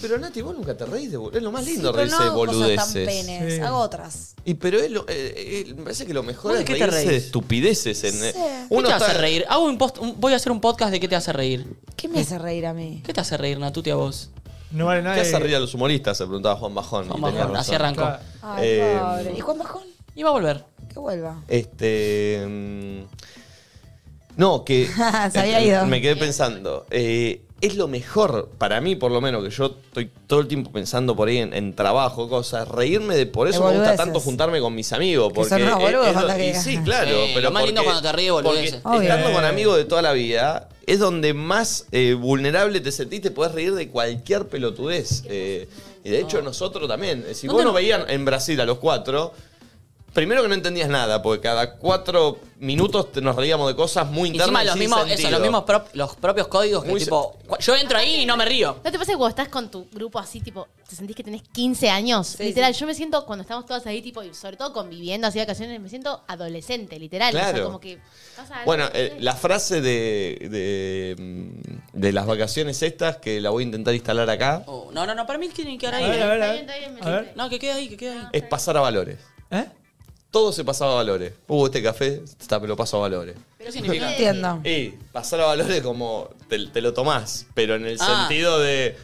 [SPEAKER 1] Pero Nati, vos nunca te reís de bol- Es lo más
[SPEAKER 4] Sí,
[SPEAKER 1] lindo
[SPEAKER 4] pero
[SPEAKER 1] reírse
[SPEAKER 4] no
[SPEAKER 1] de
[SPEAKER 4] hago cosas tan
[SPEAKER 1] boludeces.
[SPEAKER 4] penes,
[SPEAKER 5] Sí.
[SPEAKER 4] hago otras.
[SPEAKER 1] Y pero es lo- eh, eh, me parece que lo mejor
[SPEAKER 2] ¿Vos
[SPEAKER 1] es
[SPEAKER 2] de qué te
[SPEAKER 1] reírse de
[SPEAKER 2] reís?
[SPEAKER 1] estupideces. En, eh,
[SPEAKER 4] Sí.
[SPEAKER 2] ¿Qué
[SPEAKER 1] Uno
[SPEAKER 2] te
[SPEAKER 1] está-
[SPEAKER 2] hace reír? Hago un post- un- voy a hacer un podcast de qué te hace reír.
[SPEAKER 4] ¿Qué me hace reír a mí?
[SPEAKER 2] ¿Qué te hace reír, Natuti, a vos?
[SPEAKER 5] No vale nada.
[SPEAKER 1] ¿Qué hace
[SPEAKER 5] de-
[SPEAKER 1] reír a los humoristas? Se preguntaba Juan Bajón. y
[SPEAKER 2] Juan
[SPEAKER 1] tenía
[SPEAKER 2] Bajón, así
[SPEAKER 1] razón.
[SPEAKER 2] arrancó.
[SPEAKER 5] Claro.
[SPEAKER 4] Ay,
[SPEAKER 1] Eh,
[SPEAKER 4] pobre. ¿Y Juan Bajón?
[SPEAKER 2] Iba a volver.
[SPEAKER 4] Que vuelva.
[SPEAKER 1] Este. mm, No, que.
[SPEAKER 4] Se había ido.
[SPEAKER 1] Me quedé pensando. eh, es lo mejor, para mí por lo menos, que yo estoy todo el tiempo pensando por ahí en, en trabajo, cosas. Reírme de. Por eso
[SPEAKER 4] De
[SPEAKER 1] me gusta
[SPEAKER 4] boludeces.
[SPEAKER 1] tanto juntarme con mis amigos.
[SPEAKER 4] Que
[SPEAKER 1] Porque
[SPEAKER 4] son unos
[SPEAKER 1] es- es
[SPEAKER 4] boludos,
[SPEAKER 1] lo-
[SPEAKER 4] anda que
[SPEAKER 1] y
[SPEAKER 4] digas.
[SPEAKER 1] sí, claro.
[SPEAKER 2] Sí,
[SPEAKER 1] pero
[SPEAKER 2] lo más lindo
[SPEAKER 1] porque-
[SPEAKER 2] cuando te ríes de
[SPEAKER 1] porque
[SPEAKER 2] boludeces.
[SPEAKER 4] Obvio.
[SPEAKER 1] Estando con amigos de toda la vida. Es donde más eh, vulnerable te sentís, te podés reír de cualquier pelotudez. eh, y de
[SPEAKER 2] Ah.
[SPEAKER 1] hecho, nosotros también. eh, Si vos
[SPEAKER 2] ¿Dónde
[SPEAKER 1] no
[SPEAKER 2] no-
[SPEAKER 1] veían en Brasil a los cuatro, Primero que no entendías nada, porque cada cuatro minutos te- nos reíamos de cosas muy
[SPEAKER 2] Y
[SPEAKER 1] internas.
[SPEAKER 2] Encima
[SPEAKER 1] y
[SPEAKER 2] los
[SPEAKER 1] sin
[SPEAKER 2] mismos,
[SPEAKER 1] sentido.
[SPEAKER 2] eso, los mismos prop- los propios códigos que
[SPEAKER 1] Muy
[SPEAKER 2] tipo, cu- yo entro ahí y no me río.
[SPEAKER 3] ¿No te pasa que cuando estás con tu grupo así, tipo, te sentís que tenés 15 años? literal, yo me siento, cuando estamos todas ahí, tipo, y sobre todo conviviendo así de vacaciones, me siento adolescente, literal. O
[SPEAKER 1] Claro.
[SPEAKER 3] sea, como que pasa algo,
[SPEAKER 1] Bueno,
[SPEAKER 3] no
[SPEAKER 1] eh,
[SPEAKER 3] sé.
[SPEAKER 1] la frase de, de, mm, de las vacaciones estas, que la voy a intentar instalar acá,
[SPEAKER 2] Oh, no, no, no, para mí tienen que quedar
[SPEAKER 5] A
[SPEAKER 2] ahí.
[SPEAKER 5] ver, a
[SPEAKER 2] eh.
[SPEAKER 5] ver,
[SPEAKER 3] Está
[SPEAKER 5] a
[SPEAKER 3] bien,
[SPEAKER 5] ver.
[SPEAKER 3] está
[SPEAKER 5] A
[SPEAKER 3] bien,
[SPEAKER 5] ver.
[SPEAKER 2] No, que quede ahí, que quede ahí.
[SPEAKER 1] es pasar a valores.
[SPEAKER 5] ¿Eh?
[SPEAKER 1] Todo se pasaba a valores. Uh, este café, está, me lo paso a valores.
[SPEAKER 2] ¿Qué significa?
[SPEAKER 4] No
[SPEAKER 1] eh,
[SPEAKER 2] eh,
[SPEAKER 4] entiendo.
[SPEAKER 1] Y pasar a valores como te, te lo tomás, pero en el
[SPEAKER 2] Ah.
[SPEAKER 1] sentido de...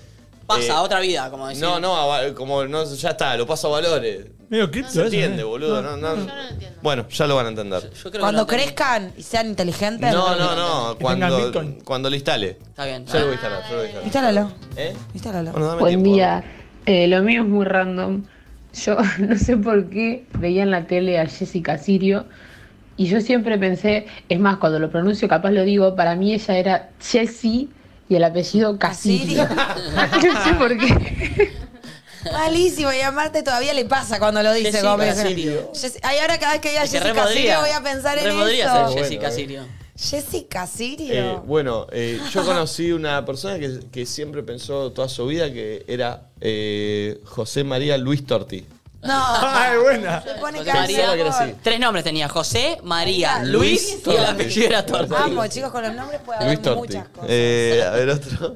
[SPEAKER 2] Pasa,
[SPEAKER 1] eh,
[SPEAKER 2] otra vida, como decir.
[SPEAKER 1] No, no, a va- como no, ya está, lo paso a valores.
[SPEAKER 5] Medio cripto
[SPEAKER 1] Se
[SPEAKER 5] eso,
[SPEAKER 1] entiende,
[SPEAKER 5] ¿eh?
[SPEAKER 1] boludo. No, no.
[SPEAKER 3] Yo no lo entiendo.
[SPEAKER 1] Bueno, ya lo van a entender.
[SPEAKER 2] Yo creo que
[SPEAKER 4] Cuando
[SPEAKER 2] no tengo.
[SPEAKER 4] crezcan y sean inteligentes.
[SPEAKER 1] No, no, no.
[SPEAKER 5] Que tengan
[SPEAKER 1] Cuando,
[SPEAKER 5] Bitcoin.
[SPEAKER 1] cuando lo instale.
[SPEAKER 6] Ah.
[SPEAKER 2] Está bien.
[SPEAKER 1] Yo lo voy a instalar, yo lo voy a instalar.
[SPEAKER 4] Instálalo.
[SPEAKER 1] ¿Eh?
[SPEAKER 4] Instálalo.
[SPEAKER 1] Bueno, dame
[SPEAKER 6] Buen
[SPEAKER 1] tiempo.
[SPEAKER 6] día. Eh, lo mío es muy random. Yo no sé por qué veía en la tele a Jessica Sirio y yo siempre pensé, es más, cuando lo pronuncio capaz lo digo, para mí ella era Jessie y el apellido Casirio. no sé por qué.
[SPEAKER 4] Malísimo, y a Marte todavía le pasa cuando lo dice
[SPEAKER 2] Jessica
[SPEAKER 4] Gómez.
[SPEAKER 2] Sirio.
[SPEAKER 4] Jessica- Ay, ahora cada vez que diga
[SPEAKER 2] Es que
[SPEAKER 4] Jessica
[SPEAKER 2] re podría.
[SPEAKER 4] Sirio voy a pensar en
[SPEAKER 2] Re podría
[SPEAKER 4] eso.
[SPEAKER 2] ser Jessica Sirio.
[SPEAKER 4] Jessica Sirio.
[SPEAKER 1] Eh, bueno, eh, yo conocí una persona que, que siempre pensó toda su vida que era eh, José María Luis Torti.
[SPEAKER 4] no.
[SPEAKER 5] ¡Ay, buena!
[SPEAKER 4] Se pone
[SPEAKER 2] José
[SPEAKER 4] cada
[SPEAKER 2] María,
[SPEAKER 1] que era así.
[SPEAKER 4] sabor.
[SPEAKER 2] Tres nombres tenía, José, María,
[SPEAKER 4] María,
[SPEAKER 2] Luis, y el
[SPEAKER 1] Torti.
[SPEAKER 2] apellido era Torti.
[SPEAKER 4] Amo, chicos, con los nombres puede haber
[SPEAKER 1] Luis Torti.
[SPEAKER 4] muchas cosas.
[SPEAKER 1] Eh, a ver otro.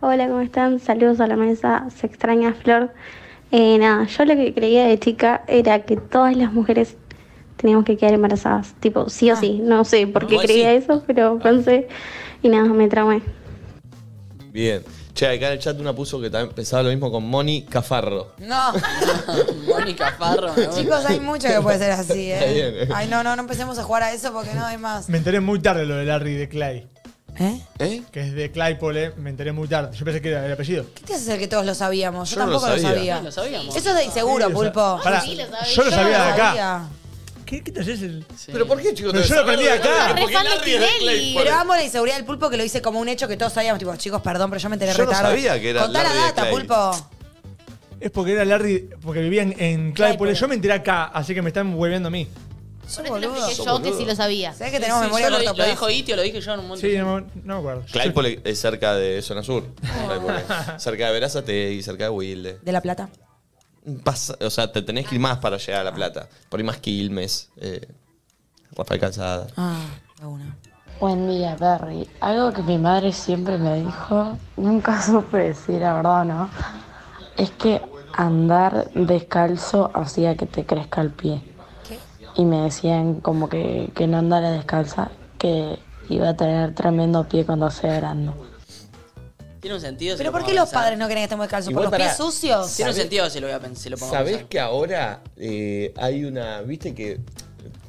[SPEAKER 10] Hola, ¿cómo están? Saludos a la mesa. Se extraña Flor. Eh, nada, yo lo que creía de chica era que todas las mujeres teníamos que quedar embarazadas. Tipo, sí o sí. No sé por qué
[SPEAKER 2] Ah. Ay,
[SPEAKER 10] creía
[SPEAKER 2] sí. Ah.
[SPEAKER 10] eso, pero pensé. Y nada, me traumé.
[SPEAKER 1] Bien. Che, acá en el chat una puso que también pensaba lo mismo con Moni Cafarro.
[SPEAKER 4] No,
[SPEAKER 2] Mónica Farro, me gusta.
[SPEAKER 4] chicos, hay mucho que puede ser así,
[SPEAKER 1] Está
[SPEAKER 4] ¿eh?
[SPEAKER 1] bien, eh.
[SPEAKER 4] Ay, no, no, no empecemos a jugar a eso porque no hay más.
[SPEAKER 5] Me enteré muy tarde lo de Larry de Clay,
[SPEAKER 4] ¿Eh?
[SPEAKER 1] ¿Eh?
[SPEAKER 5] que es de Claypole. Me enteré muy tarde. Yo pensé que era el apellido.
[SPEAKER 4] ¿Qué te hace ser que todos lo sabíamos? Yo,
[SPEAKER 1] Yo no lo
[SPEAKER 4] tampoco lo
[SPEAKER 1] sabía.
[SPEAKER 4] sabía.
[SPEAKER 2] Lo sabíamos.
[SPEAKER 4] Eso es de inseguro,
[SPEAKER 5] Sí, o sea,
[SPEAKER 4] pulpo.
[SPEAKER 5] pará,
[SPEAKER 3] Sí, lo sabía.
[SPEAKER 5] yo lo
[SPEAKER 4] Yo
[SPEAKER 5] sabía
[SPEAKER 4] no
[SPEAKER 5] de
[SPEAKER 4] lo
[SPEAKER 5] acá.
[SPEAKER 4] sabía.
[SPEAKER 5] ¿Qué, qué te haces el.?
[SPEAKER 2] Sí.
[SPEAKER 1] Pero ¿por qué, chicos?
[SPEAKER 5] Pero yo lo aprendí acá.
[SPEAKER 3] Re fan de Tinelli.
[SPEAKER 4] Pero amo la inseguridad del pulpo que lo hice como un hecho que todos sabíamos. Tipo, chicos, perdón, pero yo me enteré
[SPEAKER 1] Yo no
[SPEAKER 4] retardo.
[SPEAKER 1] sabía que era
[SPEAKER 4] Contá la
[SPEAKER 1] Larry de
[SPEAKER 4] data,
[SPEAKER 1] Clay.
[SPEAKER 4] pulpo.
[SPEAKER 5] Es porque era Larry, porque vivía en, en Claypole. Yo me enteré acá, así que me están hueveando a mí.
[SPEAKER 4] Sos
[SPEAKER 3] Ahora te lo
[SPEAKER 4] boludo.
[SPEAKER 3] expliqué
[SPEAKER 1] Sos
[SPEAKER 3] yo que
[SPEAKER 1] boludo.
[SPEAKER 3] sí lo sabía.
[SPEAKER 4] ¿Sabés que
[SPEAKER 2] Sí,
[SPEAKER 4] tenemos
[SPEAKER 2] sí,
[SPEAKER 4] memoria
[SPEAKER 2] yo lo,
[SPEAKER 4] a corto
[SPEAKER 2] lo
[SPEAKER 4] plazo?
[SPEAKER 2] dijo Iti o lo dije yo en un momento.
[SPEAKER 5] Sí, no, no me acuerdo.
[SPEAKER 1] Claypole es cerca de Zona Sur. Claypole. cerca de Verazate y cerca de Wilde.
[SPEAKER 4] De La Plata.
[SPEAKER 1] Pasa- o sea, te tenés que ir más para llegar a La Plata. Por ahí más que Ilmes. eh, Rafael Calzada.
[SPEAKER 4] Ah, una.
[SPEAKER 6] Buen día, Perry. Algo que mi madre siempre me dijo, nunca supe si era verdad o no, es que andar descalzo hacía que te crezca el pie.
[SPEAKER 4] ¿Qué?
[SPEAKER 6] Y me decían como que, que no andara descalza, que iba a tener tremendo pie cuando sea grande.
[SPEAKER 2] Tiene un sentido. si
[SPEAKER 4] ¿Pero
[SPEAKER 2] lo
[SPEAKER 4] por
[SPEAKER 2] pongo
[SPEAKER 4] qué
[SPEAKER 2] a
[SPEAKER 4] los
[SPEAKER 2] pensar.
[SPEAKER 4] padres no creen que estemos descalzos? ¿Por
[SPEAKER 1] Igual
[SPEAKER 4] los
[SPEAKER 1] pará.
[SPEAKER 4] pies sucios?
[SPEAKER 2] Tiene un sentido si lo voy a pensar. Si lo pongo a
[SPEAKER 1] ¿Sabés
[SPEAKER 2] pensar.
[SPEAKER 1] que ahora eh, hay una. Viste que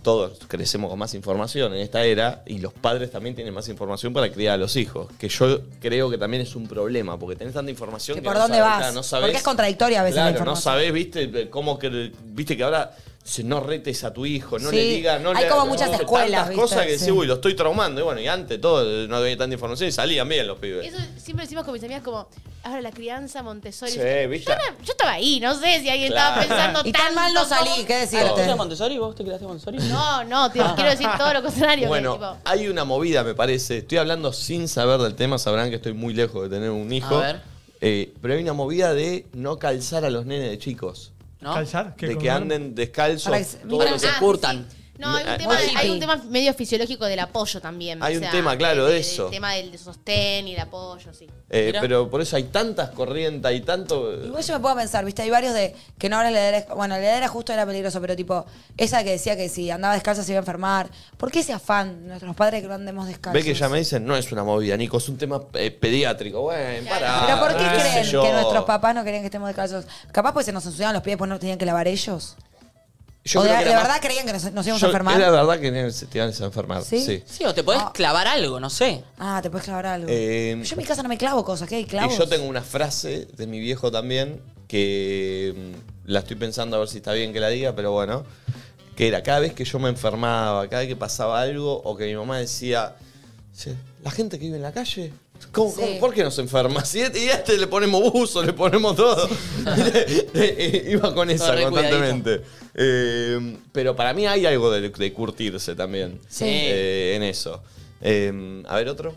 [SPEAKER 1] todos crecemos con más información en esta era y los padres también tienen más información para criar a los hijos? Que yo creo que también es un problema porque tenés tanta información
[SPEAKER 4] Que
[SPEAKER 1] que,
[SPEAKER 4] por
[SPEAKER 1] no
[SPEAKER 4] dónde
[SPEAKER 1] sabés,
[SPEAKER 4] vas.
[SPEAKER 1] claro, no sabés-
[SPEAKER 4] Porque es contradictoria a veces la
[SPEAKER 1] Claro, no
[SPEAKER 4] información.
[SPEAKER 1] sabés, viste, eh, cómo que. Viste que ahora. se- No retes a tu hijo, no
[SPEAKER 4] Sí,
[SPEAKER 1] le digas, no
[SPEAKER 4] hay
[SPEAKER 1] le
[SPEAKER 4] como muchas
[SPEAKER 1] tantas
[SPEAKER 4] escuelas, viste,
[SPEAKER 1] cosas que
[SPEAKER 4] sí.
[SPEAKER 1] decís, uy, lo estoy traumando. Y bueno, y antes todo, no había tanta información y salían bien los pibes.
[SPEAKER 3] Eso siempre decimos con mis amigas como, ahora la crianza Montessori.
[SPEAKER 1] Sí,
[SPEAKER 3] Yo era-
[SPEAKER 1] ¿viste?
[SPEAKER 3] Yo estaba ahí, no sé si alguien
[SPEAKER 1] Claro.
[SPEAKER 3] estaba pensando
[SPEAKER 4] Y tan mal no
[SPEAKER 3] tanto
[SPEAKER 4] salí,
[SPEAKER 3] como-
[SPEAKER 4] ¿qué
[SPEAKER 2] Ah, ¿Vos te
[SPEAKER 4] decirte?
[SPEAKER 2] creaste Montessori? ¿Vos te creaste Montessori?
[SPEAKER 3] No, no, te quiero decir todo lo contrario. que
[SPEAKER 1] Bueno,
[SPEAKER 3] tipo,
[SPEAKER 1] hay una movida, me parece. Estoy hablando sin saber del tema, sabrán que estoy muy lejos de tener un hijo.
[SPEAKER 2] A ver.
[SPEAKER 1] Eh, pero hay una movida de no calzar a los nenes de chicos.
[SPEAKER 2] ¿No?
[SPEAKER 5] ¿Calzar? Ah, ¿Qué
[SPEAKER 1] de que
[SPEAKER 5] comer?
[SPEAKER 1] anden descalzos.
[SPEAKER 4] Para que se-
[SPEAKER 1] todo
[SPEAKER 2] Para
[SPEAKER 1] lo
[SPEAKER 2] que
[SPEAKER 1] que-
[SPEAKER 2] se curtan.
[SPEAKER 3] ah,
[SPEAKER 2] Ah,
[SPEAKER 3] No, hay
[SPEAKER 1] Me-
[SPEAKER 3] un, tema,
[SPEAKER 4] Muy
[SPEAKER 3] hay un
[SPEAKER 4] hippie.
[SPEAKER 3] tema medio fisiológico del apoyo también.
[SPEAKER 1] Hay
[SPEAKER 3] o
[SPEAKER 1] un
[SPEAKER 3] sea,
[SPEAKER 1] tema, claro,
[SPEAKER 3] de-
[SPEAKER 1] de
[SPEAKER 3] del
[SPEAKER 1] eso.
[SPEAKER 3] tema del sostén y el apoyo, sí.
[SPEAKER 1] Eh,
[SPEAKER 2] Mira.
[SPEAKER 1] pero por eso hay tantas corrientes, hay tanto.
[SPEAKER 4] Igual yo me puedo pensar, viste, hay varios de que no ahora la edad era- bueno, la edad era justo era peligroso, pero tipo, esa que decía que si andaba descalza se iba a enfermar. ¿Por qué ese afán de nuestros padres que no andemos descalzos?
[SPEAKER 1] Ve que ya me dicen, no es una movida, Nico, es un tema eh, pediátrico. Bueno, para.
[SPEAKER 4] ¿Pero por qué
[SPEAKER 1] Ah, sé
[SPEAKER 4] creen
[SPEAKER 1] yo.
[SPEAKER 4] que nuestros papás no querían que estemos descalzos? Capaz pues se nos ensuciaban los pies, pues no tenían que lavar ellos.
[SPEAKER 1] Yo
[SPEAKER 4] o de,
[SPEAKER 1] creo que
[SPEAKER 4] de
[SPEAKER 1] era
[SPEAKER 4] verdad
[SPEAKER 1] más-
[SPEAKER 4] creían que nos, nos íbamos
[SPEAKER 1] yo-
[SPEAKER 4] a enfermar.
[SPEAKER 1] Era verdad que se te iban a enfermar.
[SPEAKER 4] ¿Sí?
[SPEAKER 1] sí.
[SPEAKER 2] Sí, o te podés clavar algo, no sé.
[SPEAKER 4] Ah, te puedes clavar algo.
[SPEAKER 1] Eh,
[SPEAKER 4] yo en mi casa no me clavo cosas, ¿qué hay clavos?
[SPEAKER 1] Y yo tengo una frase de mi viejo también que mm, la estoy pensando a ver si está bien que la diga, pero bueno, que era cada vez que yo me enfermaba, cada vez que pasaba algo o que mi mamá decía, "Che, la gente que vive en la calle, ¿cómo-
[SPEAKER 4] Sí.
[SPEAKER 1] cómo- ¿por qué nos enferma? Si este- y a este le ponemos buzo, le ponemos todo. e, Iba con esa
[SPEAKER 2] re
[SPEAKER 1] constantemente. Eh, pero para mí hay algo de, de curtirse también
[SPEAKER 2] Sí.
[SPEAKER 1] eh, en eso. Eh, a ver otro.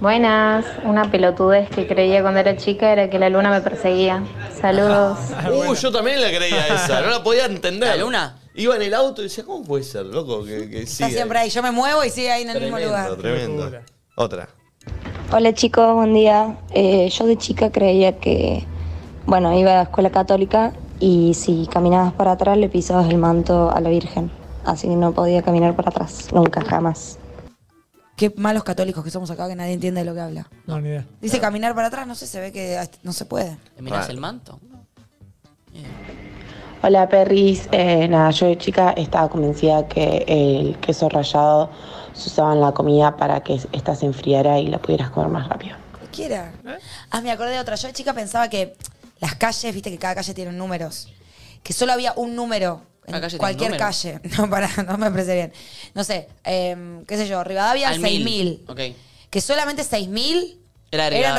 [SPEAKER 10] Buenas, una pelotudez que creía cuando era chica era que la luna me perseguía. Saludos.
[SPEAKER 1] Uh, yo también la creía esa, no la podía entender.
[SPEAKER 2] ¿La luna?
[SPEAKER 1] Iba en el auto y decía, ¿cómo puede ser, loco? Que, que
[SPEAKER 4] Está
[SPEAKER 1] siga
[SPEAKER 4] siempre ahí, yo me muevo y sigue ahí en el
[SPEAKER 1] Tremendo,
[SPEAKER 4] mismo lugar.
[SPEAKER 1] tremendo.
[SPEAKER 5] Locura.
[SPEAKER 1] Otra.
[SPEAKER 7] Hola chicos, buen día. Eh, yo de chica creía que, bueno, iba a la escuela católica y si caminabas para atrás le pisabas el manto a la Virgen. Así que no podía caminar para atrás, nunca, jamás.
[SPEAKER 4] Qué malos católicos que somos acá que nadie entiende de lo que habla.
[SPEAKER 5] No, ni idea.
[SPEAKER 1] Ah.
[SPEAKER 4] Dice caminar para atrás, no sé, se ve que hasta- no se puede.
[SPEAKER 2] Mirás
[SPEAKER 1] Raro.
[SPEAKER 2] el manto.
[SPEAKER 6] Hola Perris, Eh, nada, yo de chica estaba convencida que el queso rallado se usaba en la comida para que ésta se enfriara y la pudieras comer más rápido.
[SPEAKER 4] Cualquiera.
[SPEAKER 2] ¿Eh?
[SPEAKER 4] Ah, me acordé de otra. Yo de chica pensaba que las calles, viste que cada calle tiene números. Que solo había un número en
[SPEAKER 2] Cada calle tiene
[SPEAKER 4] cualquier
[SPEAKER 2] un número.
[SPEAKER 4] calle. No, para, no me parece bien. No sé, em, qué sé yo, Rivadavia
[SPEAKER 2] Al mil.
[SPEAKER 4] 6000.
[SPEAKER 2] Ok.
[SPEAKER 4] Que solamente 6000
[SPEAKER 2] Era de
[SPEAKER 4] era en
[SPEAKER 2] Rivadavia.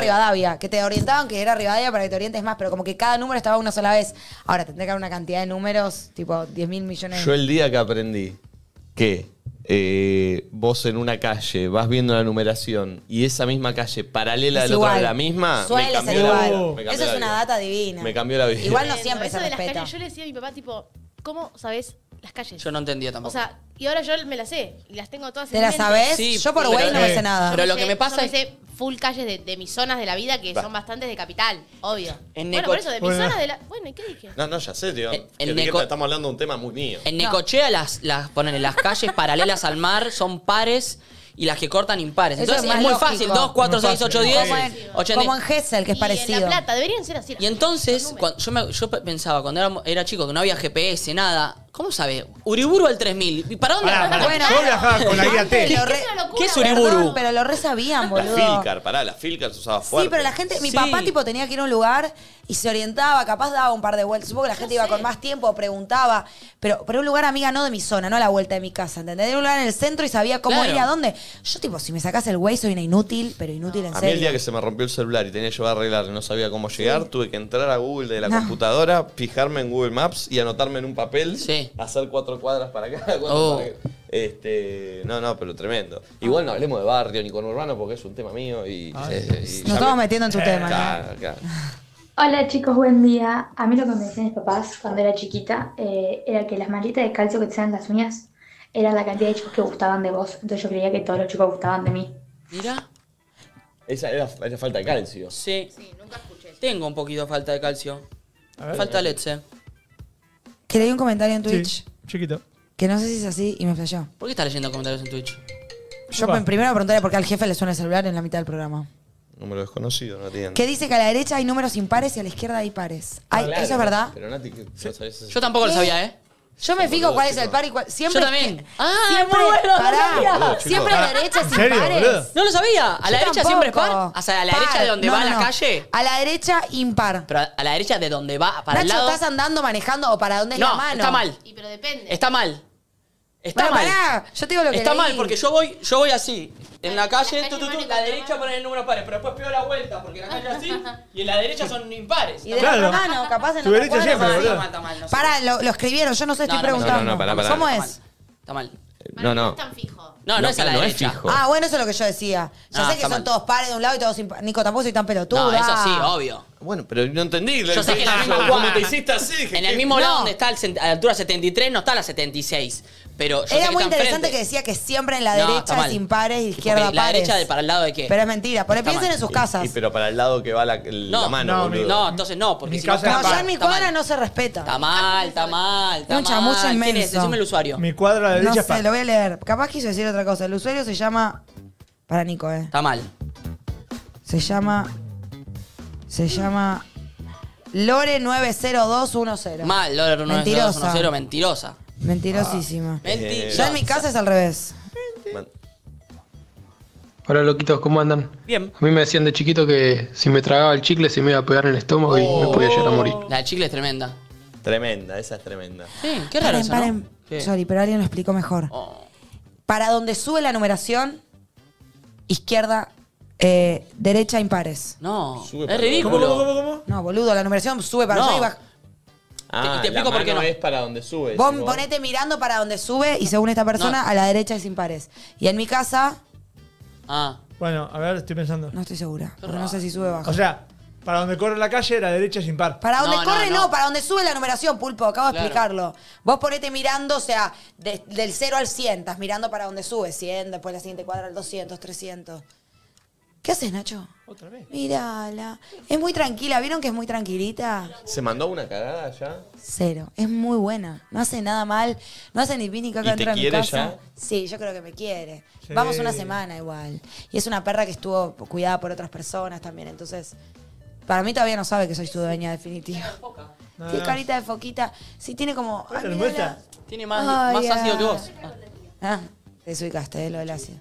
[SPEAKER 4] Rivadavia. Que te orientaban que era Rivadavia para que te orientes más, pero como que cada número estaba una sola vez. Ahora tendría que haber una cantidad de números, tipo 10 mil millones.
[SPEAKER 1] Yo el día que aprendí que eh, vos en una calle vas viendo la numeración y esa misma calle paralela
[SPEAKER 4] Es
[SPEAKER 1] del otro de
[SPEAKER 4] igual.
[SPEAKER 1] la misma,
[SPEAKER 4] Suele
[SPEAKER 1] me
[SPEAKER 4] ser
[SPEAKER 1] cambió la
[SPEAKER 4] igual.
[SPEAKER 1] me cambió
[SPEAKER 4] Eso
[SPEAKER 1] la
[SPEAKER 4] es una
[SPEAKER 1] vida.
[SPEAKER 4] data divina.
[SPEAKER 1] Me cambió la vida.
[SPEAKER 4] Igual no
[SPEAKER 3] Bueno,
[SPEAKER 4] siempre
[SPEAKER 3] eso
[SPEAKER 4] se
[SPEAKER 3] de las
[SPEAKER 4] respeta.
[SPEAKER 3] calles, yo le decía a mi papá, tipo, ¿cómo sabés las calles?
[SPEAKER 2] Yo no entendía
[SPEAKER 3] O
[SPEAKER 2] tampoco.
[SPEAKER 3] sea, y ahora yo me las sé. Y las tengo todas
[SPEAKER 4] ¿Te la
[SPEAKER 3] mente.
[SPEAKER 4] sabés?
[SPEAKER 2] Sí,
[SPEAKER 4] yo por
[SPEAKER 2] pero-
[SPEAKER 4] güey no me
[SPEAKER 5] eh,
[SPEAKER 4] sé nada.
[SPEAKER 2] pero-
[SPEAKER 3] Yo
[SPEAKER 2] lo que me pasa
[SPEAKER 3] yo
[SPEAKER 2] es-
[SPEAKER 3] sé full calles de, de mis zonas de la vida que
[SPEAKER 1] Va.
[SPEAKER 3] son bastantes de capital, obvio.
[SPEAKER 2] En
[SPEAKER 3] bueno,
[SPEAKER 2] Neco-
[SPEAKER 3] por eso, de mis
[SPEAKER 5] Bueno.
[SPEAKER 3] zonas de la. Bueno, ¿y qué dije?
[SPEAKER 1] No, no, ya sé, tío.
[SPEAKER 2] El-
[SPEAKER 1] Que
[SPEAKER 2] el
[SPEAKER 1] te-
[SPEAKER 2] Neco-
[SPEAKER 1] Estamos hablando de un tema muy mío.
[SPEAKER 4] Eh,
[SPEAKER 2] En Necochea las, las ponen las calles paralelas al mar, son pares y las que cortan impares.
[SPEAKER 4] Eso
[SPEAKER 2] Entonces
[SPEAKER 4] es
[SPEAKER 2] es,
[SPEAKER 4] más
[SPEAKER 2] muy
[SPEAKER 4] lógico.
[SPEAKER 2] fácil, 2, 4,
[SPEAKER 5] Muy
[SPEAKER 2] 6, 8,
[SPEAKER 5] fácil.
[SPEAKER 2] 10,
[SPEAKER 4] Como en,
[SPEAKER 2] 80.
[SPEAKER 4] como en Gessel, que es
[SPEAKER 3] Y
[SPEAKER 4] parecido.
[SPEAKER 3] en La Plata, deberían ser así.
[SPEAKER 2] Y entonces, cuan- yo, me- yo pe- pensaba, cuando era, era chico, que no había GPS, nada, ¿cómo sabe? Uriburu al 3000. ¿Y para dónde?
[SPEAKER 5] Pará, pará.
[SPEAKER 4] Bueno.
[SPEAKER 5] Yo viajaba con la guía
[SPEAKER 4] Antes
[SPEAKER 5] T.
[SPEAKER 4] lo re-
[SPEAKER 3] Es una locura,
[SPEAKER 2] ¿Qué es
[SPEAKER 3] boludo.
[SPEAKER 2] Uriburu?
[SPEAKER 4] Perdón, pero lo re sabían,
[SPEAKER 1] La
[SPEAKER 4] boludo.
[SPEAKER 1] Filcar, pará, la Filcar se usaba fuerte.
[SPEAKER 4] Sí, pero la gente, mi
[SPEAKER 2] Sí.
[SPEAKER 4] papá tipo tenía que ir a un lugar y se orientaba, capaz daba un par de vueltas. Supongo que la gente iba con más tiempo, preguntaba, pero, pero un lugar amiga no de mi zona, no a la vuelta de mi casa, ¿entendés? Era un lugar en el centro y sabía cómo
[SPEAKER 2] Claro.
[SPEAKER 4] ir a dónde. Yo tipo, si me sacás el güey soy una inútil, pero inútil en
[SPEAKER 1] A mí
[SPEAKER 4] serio.
[SPEAKER 1] el día que se me rompió el celular y tenía que llevar a arreglar y no sabía cómo llegar, tuve que entrar a Google de la
[SPEAKER 4] No.
[SPEAKER 1] computadora, fijarme en Google Maps y anotarme en un papel,
[SPEAKER 2] Sí.
[SPEAKER 1] hacer cuatro cuadras para acá, cuatro
[SPEAKER 2] Oh.
[SPEAKER 1] para acá. Este, no, no, pero tremendo. Igual no hablemos de barrio ni conurbano porque es un tema mío y... eh, y ya
[SPEAKER 4] Nos estamos
[SPEAKER 1] me-
[SPEAKER 4] metiendo en tu tema. ¿no?
[SPEAKER 1] Claro, claro.
[SPEAKER 11] Hola chicos, buen día. A mí lo que me decían mis papás cuando era chiquita eh, era que las maletas de calcio que te hacían las uñas eran la cantidad de chicos que gustaban de vos. Entonces yo creía que todos los chicos gustaban de mí.
[SPEAKER 2] Mira,
[SPEAKER 1] Esa era, era falta de calcio.
[SPEAKER 2] sí. Tengo un poquito de falta de calcio. Falta leche.
[SPEAKER 4] Que leí un comentario en Twitch
[SPEAKER 5] Sí, chiquito.
[SPEAKER 4] que no sé si es así y me flashó.
[SPEAKER 2] ¿Por qué estás leyendo comentarios en Twitch?
[SPEAKER 4] Yo
[SPEAKER 5] Upa.
[SPEAKER 4] me- primero preguntaré por qué al jefe le suena el celular en la mitad del programa.
[SPEAKER 1] Número desconocido, no tiene.
[SPEAKER 4] Que dice que a la derecha hay números impares y a la izquierda hay pares. Ay,
[SPEAKER 1] Claro,
[SPEAKER 4] ¿Eso es verdad?
[SPEAKER 1] Pero Nati, ¿qué- no sabés eso?
[SPEAKER 2] Yo tampoco lo sabía, ¿eh?
[SPEAKER 4] Yo me fijo
[SPEAKER 1] boludo,
[SPEAKER 4] cuál es
[SPEAKER 1] chico.
[SPEAKER 4] el par y cuál. Siempre,
[SPEAKER 2] Yo también. Ah,
[SPEAKER 4] siempre,
[SPEAKER 2] muy bueno, no
[SPEAKER 4] pará.
[SPEAKER 2] sabía.
[SPEAKER 1] Boludo, chico.
[SPEAKER 4] siempre a la
[SPEAKER 5] Pará,
[SPEAKER 4] derecha
[SPEAKER 5] ¿en
[SPEAKER 4] sin
[SPEAKER 5] serio,
[SPEAKER 4] pares.
[SPEAKER 5] boludo?
[SPEAKER 2] No lo sabía. A la
[SPEAKER 4] Yo
[SPEAKER 2] derecha siempre es par.
[SPEAKER 4] tampoco.
[SPEAKER 2] O sea, a la
[SPEAKER 4] Par.
[SPEAKER 2] derecha de donde
[SPEAKER 4] No,
[SPEAKER 2] va
[SPEAKER 4] no,
[SPEAKER 2] la
[SPEAKER 4] no.
[SPEAKER 2] calle.
[SPEAKER 4] A la derecha impar.
[SPEAKER 2] Pero a la derecha de donde va para el
[SPEAKER 4] Nacho,
[SPEAKER 2] lado.
[SPEAKER 4] ¿estás andando, manejando o para dónde es
[SPEAKER 2] no,
[SPEAKER 4] la mano?
[SPEAKER 2] está mal.
[SPEAKER 3] Y pero depende.
[SPEAKER 2] Está mal. Está
[SPEAKER 4] Bueno,
[SPEAKER 2] mal.
[SPEAKER 4] pará, yo te digo lo que
[SPEAKER 2] Está
[SPEAKER 4] leí.
[SPEAKER 2] mal porque yo voy, yo voy así. En la
[SPEAKER 3] La
[SPEAKER 2] calle,
[SPEAKER 3] calle
[SPEAKER 2] tú, tú, tú,
[SPEAKER 3] mano
[SPEAKER 2] la
[SPEAKER 3] contra
[SPEAKER 2] derecha
[SPEAKER 3] mano.
[SPEAKER 2] ponen números pares, pero después pego la vuelta porque la calle es así y en la derecha son impares.
[SPEAKER 4] Y de
[SPEAKER 5] Claro.
[SPEAKER 4] la otra mano, capaz en
[SPEAKER 5] Tu
[SPEAKER 4] otra
[SPEAKER 5] derecha
[SPEAKER 4] cuadra.
[SPEAKER 5] siempre,
[SPEAKER 2] Está mal,
[SPEAKER 5] boludo.
[SPEAKER 2] está mal, está mal, no sé.
[SPEAKER 4] Pará, lo, lo escribieron, yo no sé, estoy
[SPEAKER 2] No, no, no,
[SPEAKER 4] preguntando.
[SPEAKER 1] no, no, pará, pará.
[SPEAKER 4] ¿Cómo
[SPEAKER 2] Está mal,
[SPEAKER 4] es?
[SPEAKER 2] Está mal.
[SPEAKER 1] No, no.
[SPEAKER 3] es tan fijo.
[SPEAKER 2] No, no,
[SPEAKER 1] No,
[SPEAKER 2] es a la
[SPEAKER 1] no es
[SPEAKER 2] derecha.
[SPEAKER 1] fijo.
[SPEAKER 4] Ah, bueno, eso es lo que yo decía.
[SPEAKER 2] No,
[SPEAKER 4] Ya sé que
[SPEAKER 2] Ah, está
[SPEAKER 4] son
[SPEAKER 2] mal.
[SPEAKER 4] todos pares de un lado y todos impares. Nico, tampoco soy tan pelotuda.
[SPEAKER 2] No, eso sí, obvio.
[SPEAKER 1] Bueno, pero no entendí.
[SPEAKER 2] Yo sé que en el mismo
[SPEAKER 1] Cuando
[SPEAKER 2] cuadro-
[SPEAKER 1] te hiciste así, dije,
[SPEAKER 2] En el
[SPEAKER 1] ¿qué?
[SPEAKER 2] mismo
[SPEAKER 4] No.
[SPEAKER 2] lado donde está el cent- a la altura 73 no está la 76. Pero yo sé
[SPEAKER 4] Era
[SPEAKER 2] que
[SPEAKER 4] muy
[SPEAKER 2] está
[SPEAKER 4] interesante
[SPEAKER 2] enfrente.
[SPEAKER 4] que decía que siempre en la
[SPEAKER 2] No, está
[SPEAKER 4] derecha
[SPEAKER 2] mal.
[SPEAKER 4] es impares y izquierda
[SPEAKER 2] Porque la
[SPEAKER 4] pares.
[SPEAKER 2] derecha de- para el lado de qué?
[SPEAKER 4] Pero es mentira. Por ahí
[SPEAKER 2] Está
[SPEAKER 4] piensen
[SPEAKER 2] mal.
[SPEAKER 4] en sus
[SPEAKER 1] Y-
[SPEAKER 4] casas.
[SPEAKER 1] y pero para el lado que va la, la
[SPEAKER 2] No,
[SPEAKER 1] mano,
[SPEAKER 5] no,
[SPEAKER 1] boludo.
[SPEAKER 2] No, entonces no, porque
[SPEAKER 5] Mi
[SPEAKER 2] si no
[SPEAKER 5] casa
[SPEAKER 2] está
[SPEAKER 5] es
[SPEAKER 4] no,
[SPEAKER 5] para-
[SPEAKER 4] ya
[SPEAKER 2] mal,
[SPEAKER 4] en mi
[SPEAKER 2] está mal.
[SPEAKER 4] cuadra no se respeta.
[SPEAKER 2] Está mal, está mal, está
[SPEAKER 4] Un chamuyo
[SPEAKER 2] mal. ¿Quién es?
[SPEAKER 4] inmenso.
[SPEAKER 2] Decime el usuario.
[SPEAKER 5] Mi cuadra a la
[SPEAKER 4] No
[SPEAKER 5] derecha es
[SPEAKER 4] sé,
[SPEAKER 5] par.
[SPEAKER 4] lo voy a leer. Capaz quiso decir otra cosa. El usuario se llama. Para Nico, eh.
[SPEAKER 2] Está mal.
[SPEAKER 4] Se llama. Se llama. Lore90210.
[SPEAKER 2] Mal, Lore
[SPEAKER 4] Mentirosa.
[SPEAKER 2] 9210, mentirosa.
[SPEAKER 4] Mentirosísima.
[SPEAKER 2] Ah.
[SPEAKER 1] Eh,
[SPEAKER 4] Yo en mi casa es al revés.
[SPEAKER 1] Man-
[SPEAKER 12] Hola loquitos, ¿cómo andan?
[SPEAKER 2] Bien.
[SPEAKER 12] A mí me decían de chiquito que si me tragaba el chicle se me iba a pegar en el estómago y me podía
[SPEAKER 2] Oh.
[SPEAKER 12] llegar a morir.
[SPEAKER 2] La del chicle es tremenda.
[SPEAKER 1] Tremenda, esa es tremenda.
[SPEAKER 2] Sí, qué raro
[SPEAKER 4] Paren,
[SPEAKER 2] eso,
[SPEAKER 4] paren.
[SPEAKER 2] ¿no? Sí.
[SPEAKER 4] Sorry, pero alguien lo explicó mejor.
[SPEAKER 2] Oh.
[SPEAKER 4] Para donde sube la numeración, izquierda, eh, derecha, impares.
[SPEAKER 2] No,
[SPEAKER 1] Sube
[SPEAKER 2] es
[SPEAKER 1] para
[SPEAKER 2] ridículo.
[SPEAKER 5] ¿Cómo, cómo, cómo, cómo?
[SPEAKER 4] No, boludo, la numeración sube para
[SPEAKER 2] No.
[SPEAKER 4] allá y baja.
[SPEAKER 1] Ah,
[SPEAKER 2] y te
[SPEAKER 1] la
[SPEAKER 2] explico por qué
[SPEAKER 1] mano
[SPEAKER 2] no.
[SPEAKER 1] es para donde sube.
[SPEAKER 4] Vos
[SPEAKER 1] decís
[SPEAKER 4] ponete mirando para donde sube y según esta persona, a la derecha es impares. Y en mi casa,
[SPEAKER 2] Ah,
[SPEAKER 5] Bueno, a ver, estoy pensando.
[SPEAKER 4] no estoy segura. Porque no sé si sube o baja.
[SPEAKER 5] O sea, para donde corre la calle, la derecha es impar.
[SPEAKER 4] Para donde
[SPEAKER 2] No, no,
[SPEAKER 4] corre, no,
[SPEAKER 2] no.
[SPEAKER 4] para donde sube la numeración, Pulpo, acabo de
[SPEAKER 2] Claro.
[SPEAKER 4] explicarlo. Vos ponete mirando, o sea, de- del 0 al 100, estás mirando para donde sube, 100, después la siguiente cuadra al 200, 300. ¿Qué haces, Nacho? Otra vez. Mírala. Es muy tranquila, ¿vieron que es muy tranquilita?
[SPEAKER 1] ¿Se mandó una cagada ya?
[SPEAKER 4] Cero. Es muy buena. No hace nada mal. No hace ni pin ni
[SPEAKER 1] ¿Y
[SPEAKER 4] caca
[SPEAKER 1] te
[SPEAKER 4] dentro de mi
[SPEAKER 1] quiere
[SPEAKER 4] casa.
[SPEAKER 1] ya?
[SPEAKER 4] Sí, yo creo que me quiere.
[SPEAKER 5] Sí.
[SPEAKER 4] Vamos una semana igual. Y es una perra que estuvo cuidada por otras personas también. Entonces, para mí todavía no sabe que soy su dueña definitiva.
[SPEAKER 5] No,
[SPEAKER 4] tiene
[SPEAKER 5] no.
[SPEAKER 4] carita de foquita. Sí, tiene como.
[SPEAKER 5] ¿Cuál
[SPEAKER 4] ay,
[SPEAKER 5] es la
[SPEAKER 4] mirala.
[SPEAKER 5] hermosa?
[SPEAKER 2] tiene más,
[SPEAKER 4] Ay,
[SPEAKER 2] más
[SPEAKER 4] ay.
[SPEAKER 2] ácido que vos. Ah,
[SPEAKER 4] Ah, te desubicaste, eh, lo del ácido.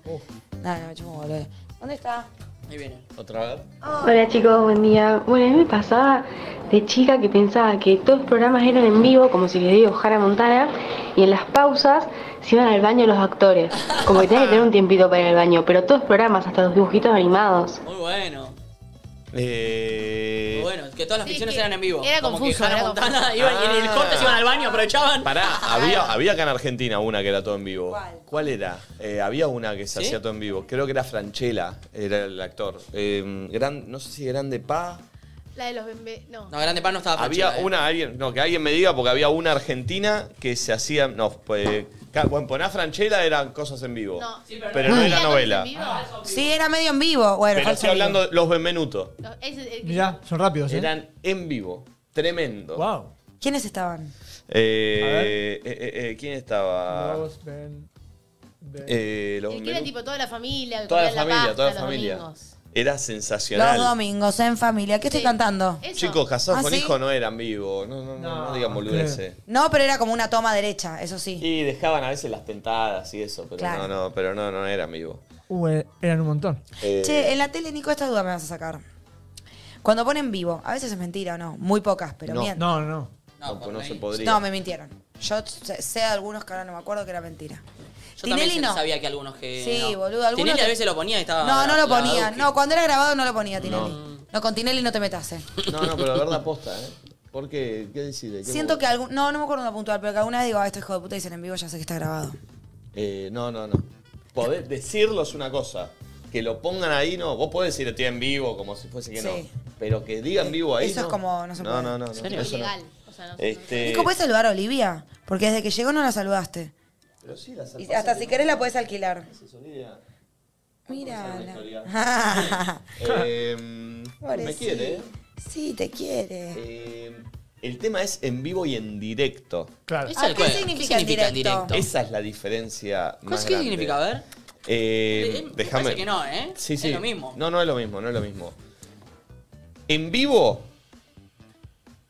[SPEAKER 4] No, no, me chupo un boludo. ¿Dónde está?
[SPEAKER 2] ahí viene.
[SPEAKER 1] ¿Otra vez?
[SPEAKER 2] Ah.
[SPEAKER 10] Hola chicos, buen día. Bueno, a mí me pasaba de chica que pensaba que todos los programas eran en vivo, como si les digo Jara Montana, y en las pausas se iban al baño los actores. Como que tenían que tener un tiempito para ir al baño, pero todos los programas, hasta los dibujitos animados.
[SPEAKER 2] Muy bueno.
[SPEAKER 1] Eh,
[SPEAKER 2] Bueno, que todas las
[SPEAKER 3] Sí,
[SPEAKER 2] ficciones
[SPEAKER 3] que
[SPEAKER 2] eran en vivo.
[SPEAKER 3] era
[SPEAKER 2] Como
[SPEAKER 3] confuso,
[SPEAKER 2] que Hannah
[SPEAKER 3] era
[SPEAKER 2] Montana
[SPEAKER 3] confuso.
[SPEAKER 2] iba y en el corte se iban al baño, aprovechaban.
[SPEAKER 1] Pará, había, había acá en Argentina una que era todo en vivo. ¿Cuál? era? Eh, había una que se
[SPEAKER 2] ¿Sí?
[SPEAKER 1] hacía todo en vivo. Creo que era Franchella, era el actor. Eh, gran, no sé si Grande Pa.
[SPEAKER 3] La de los bebés. No.
[SPEAKER 2] No, Grande Pan no estaba
[SPEAKER 1] Había
[SPEAKER 2] Franchella, eh.
[SPEAKER 1] una, alguien, no, que alguien me diga, porque había una argentina que se hacía. No, pues. ca- Cuando ponía Franchella eran cosas en vivo.
[SPEAKER 3] No. Sí,
[SPEAKER 1] pero, no era novela.
[SPEAKER 4] Sí, era medio en vivo. Bueno,
[SPEAKER 1] Pero
[SPEAKER 4] falso
[SPEAKER 1] estoy
[SPEAKER 4] en vivo.
[SPEAKER 1] hablando de los Benvenuto.
[SPEAKER 3] Ese- eh,
[SPEAKER 5] Mirá, son rápidos, ¿eh?
[SPEAKER 1] Eran en vivo. Tremendo.
[SPEAKER 5] Wow.
[SPEAKER 4] ¿Quiénes estaban?
[SPEAKER 5] A ver.
[SPEAKER 1] Eh, eh, eh, eh, ¿Quién estaba?
[SPEAKER 5] Los Ben- Ben-
[SPEAKER 1] Eh, los
[SPEAKER 3] El que era
[SPEAKER 1] Benvenuto.
[SPEAKER 3] tipo toda la familia. que
[SPEAKER 1] Toda la
[SPEAKER 3] comían
[SPEAKER 1] familia,
[SPEAKER 3] pasta
[SPEAKER 1] toda la
[SPEAKER 3] los
[SPEAKER 1] familia.
[SPEAKER 3] domingos.
[SPEAKER 1] Era
[SPEAKER 4] Los
[SPEAKER 1] sensacional.
[SPEAKER 4] domingos en familia. ¿Qué estoy cantando?
[SPEAKER 1] Chicos, casados
[SPEAKER 4] ¿Ah,
[SPEAKER 1] con
[SPEAKER 4] sí?
[SPEAKER 1] hijos no eran vivos. No, no, no, no, digan boludeces.
[SPEAKER 4] No, pero era como una toma derecha, eso sí.
[SPEAKER 1] Y dejaban a veces las tentadas y eso, pero no,
[SPEAKER 4] Claro.
[SPEAKER 1] no, pero no, no eran vivos.
[SPEAKER 5] Uh, eh, eran un montón.
[SPEAKER 1] Eh,
[SPEAKER 4] Che, en la tele, Nico, esta duda me vas a sacar. Cuando ponen vivo, a veces es mentira o no, muy pocas, pero
[SPEAKER 1] No.
[SPEAKER 4] mienten.
[SPEAKER 5] No, no.
[SPEAKER 1] no, pues no se
[SPEAKER 4] No,
[SPEAKER 1] podría.
[SPEAKER 4] me mintieron. Yo sé sé de algunos que ahora no me acuerdo que era mentira.
[SPEAKER 2] Yo también
[SPEAKER 4] Tinelli no.
[SPEAKER 2] sabía que algunos que.
[SPEAKER 4] Sí,
[SPEAKER 2] no.
[SPEAKER 4] boludo, algunos
[SPEAKER 2] Tinelli a
[SPEAKER 4] que-
[SPEAKER 2] veces lo ponía y estaba.
[SPEAKER 4] No, no lo
[SPEAKER 2] la- la
[SPEAKER 4] ponía.
[SPEAKER 2] Duki.
[SPEAKER 4] No, cuando era grabado no lo ponía Tinelli. No, con Tinelli no te metas, eh.
[SPEAKER 1] No, no, pero la verdad posta, ¿eh? ¿Por qué? ¿Qué decide? ¿Qué
[SPEAKER 4] Siento
[SPEAKER 1] vos-
[SPEAKER 4] que algún. No, no me acuerdo una puntual, pero que alguna vez digo, ah, este hijo de puta dicen en vivo, ya sé que está grabado.
[SPEAKER 1] Eh, no, no, no. Poder decirlo es una cosa. Que lo pongan ahí, no. Vos podés decir estoy en vivo, como si fuese que
[SPEAKER 4] Sí. Eh,
[SPEAKER 1] no. Pero que digan vivo ahí.
[SPEAKER 4] Eso es
[SPEAKER 1] no.
[SPEAKER 4] como- no se
[SPEAKER 1] no,
[SPEAKER 4] puede.
[SPEAKER 1] No, no, no.
[SPEAKER 4] Es medio
[SPEAKER 1] eso no.
[SPEAKER 3] ilegal, o sea, no-
[SPEAKER 1] Este,
[SPEAKER 4] Nico, ¿puedes saludar a Olivia? Porque desde que llegó no la saludaste.
[SPEAKER 1] Pero sí, las
[SPEAKER 4] Y hasta si querés la puedes alquilar.
[SPEAKER 1] Solía.
[SPEAKER 4] Mírala.
[SPEAKER 1] Eh, me
[SPEAKER 4] Pobrecita.
[SPEAKER 1] quiere. ¿eh?
[SPEAKER 4] Sí, te quiere.
[SPEAKER 1] Eh, el tema es en vivo y en directo.
[SPEAKER 5] Claro.
[SPEAKER 4] Ah, ¿Qué significa en
[SPEAKER 2] significa en
[SPEAKER 4] directo?
[SPEAKER 1] Esa es la diferencia
[SPEAKER 2] ¿Qué
[SPEAKER 1] más grande.
[SPEAKER 2] significa? A ver. Eh,
[SPEAKER 1] Eh,
[SPEAKER 2] me
[SPEAKER 1] déjame.
[SPEAKER 2] parece que no, ¿eh?
[SPEAKER 1] Sí,
[SPEAKER 2] Es
[SPEAKER 1] sí.
[SPEAKER 2] lo mismo.
[SPEAKER 1] No, no es lo mismo, no es lo mismo. En vivo.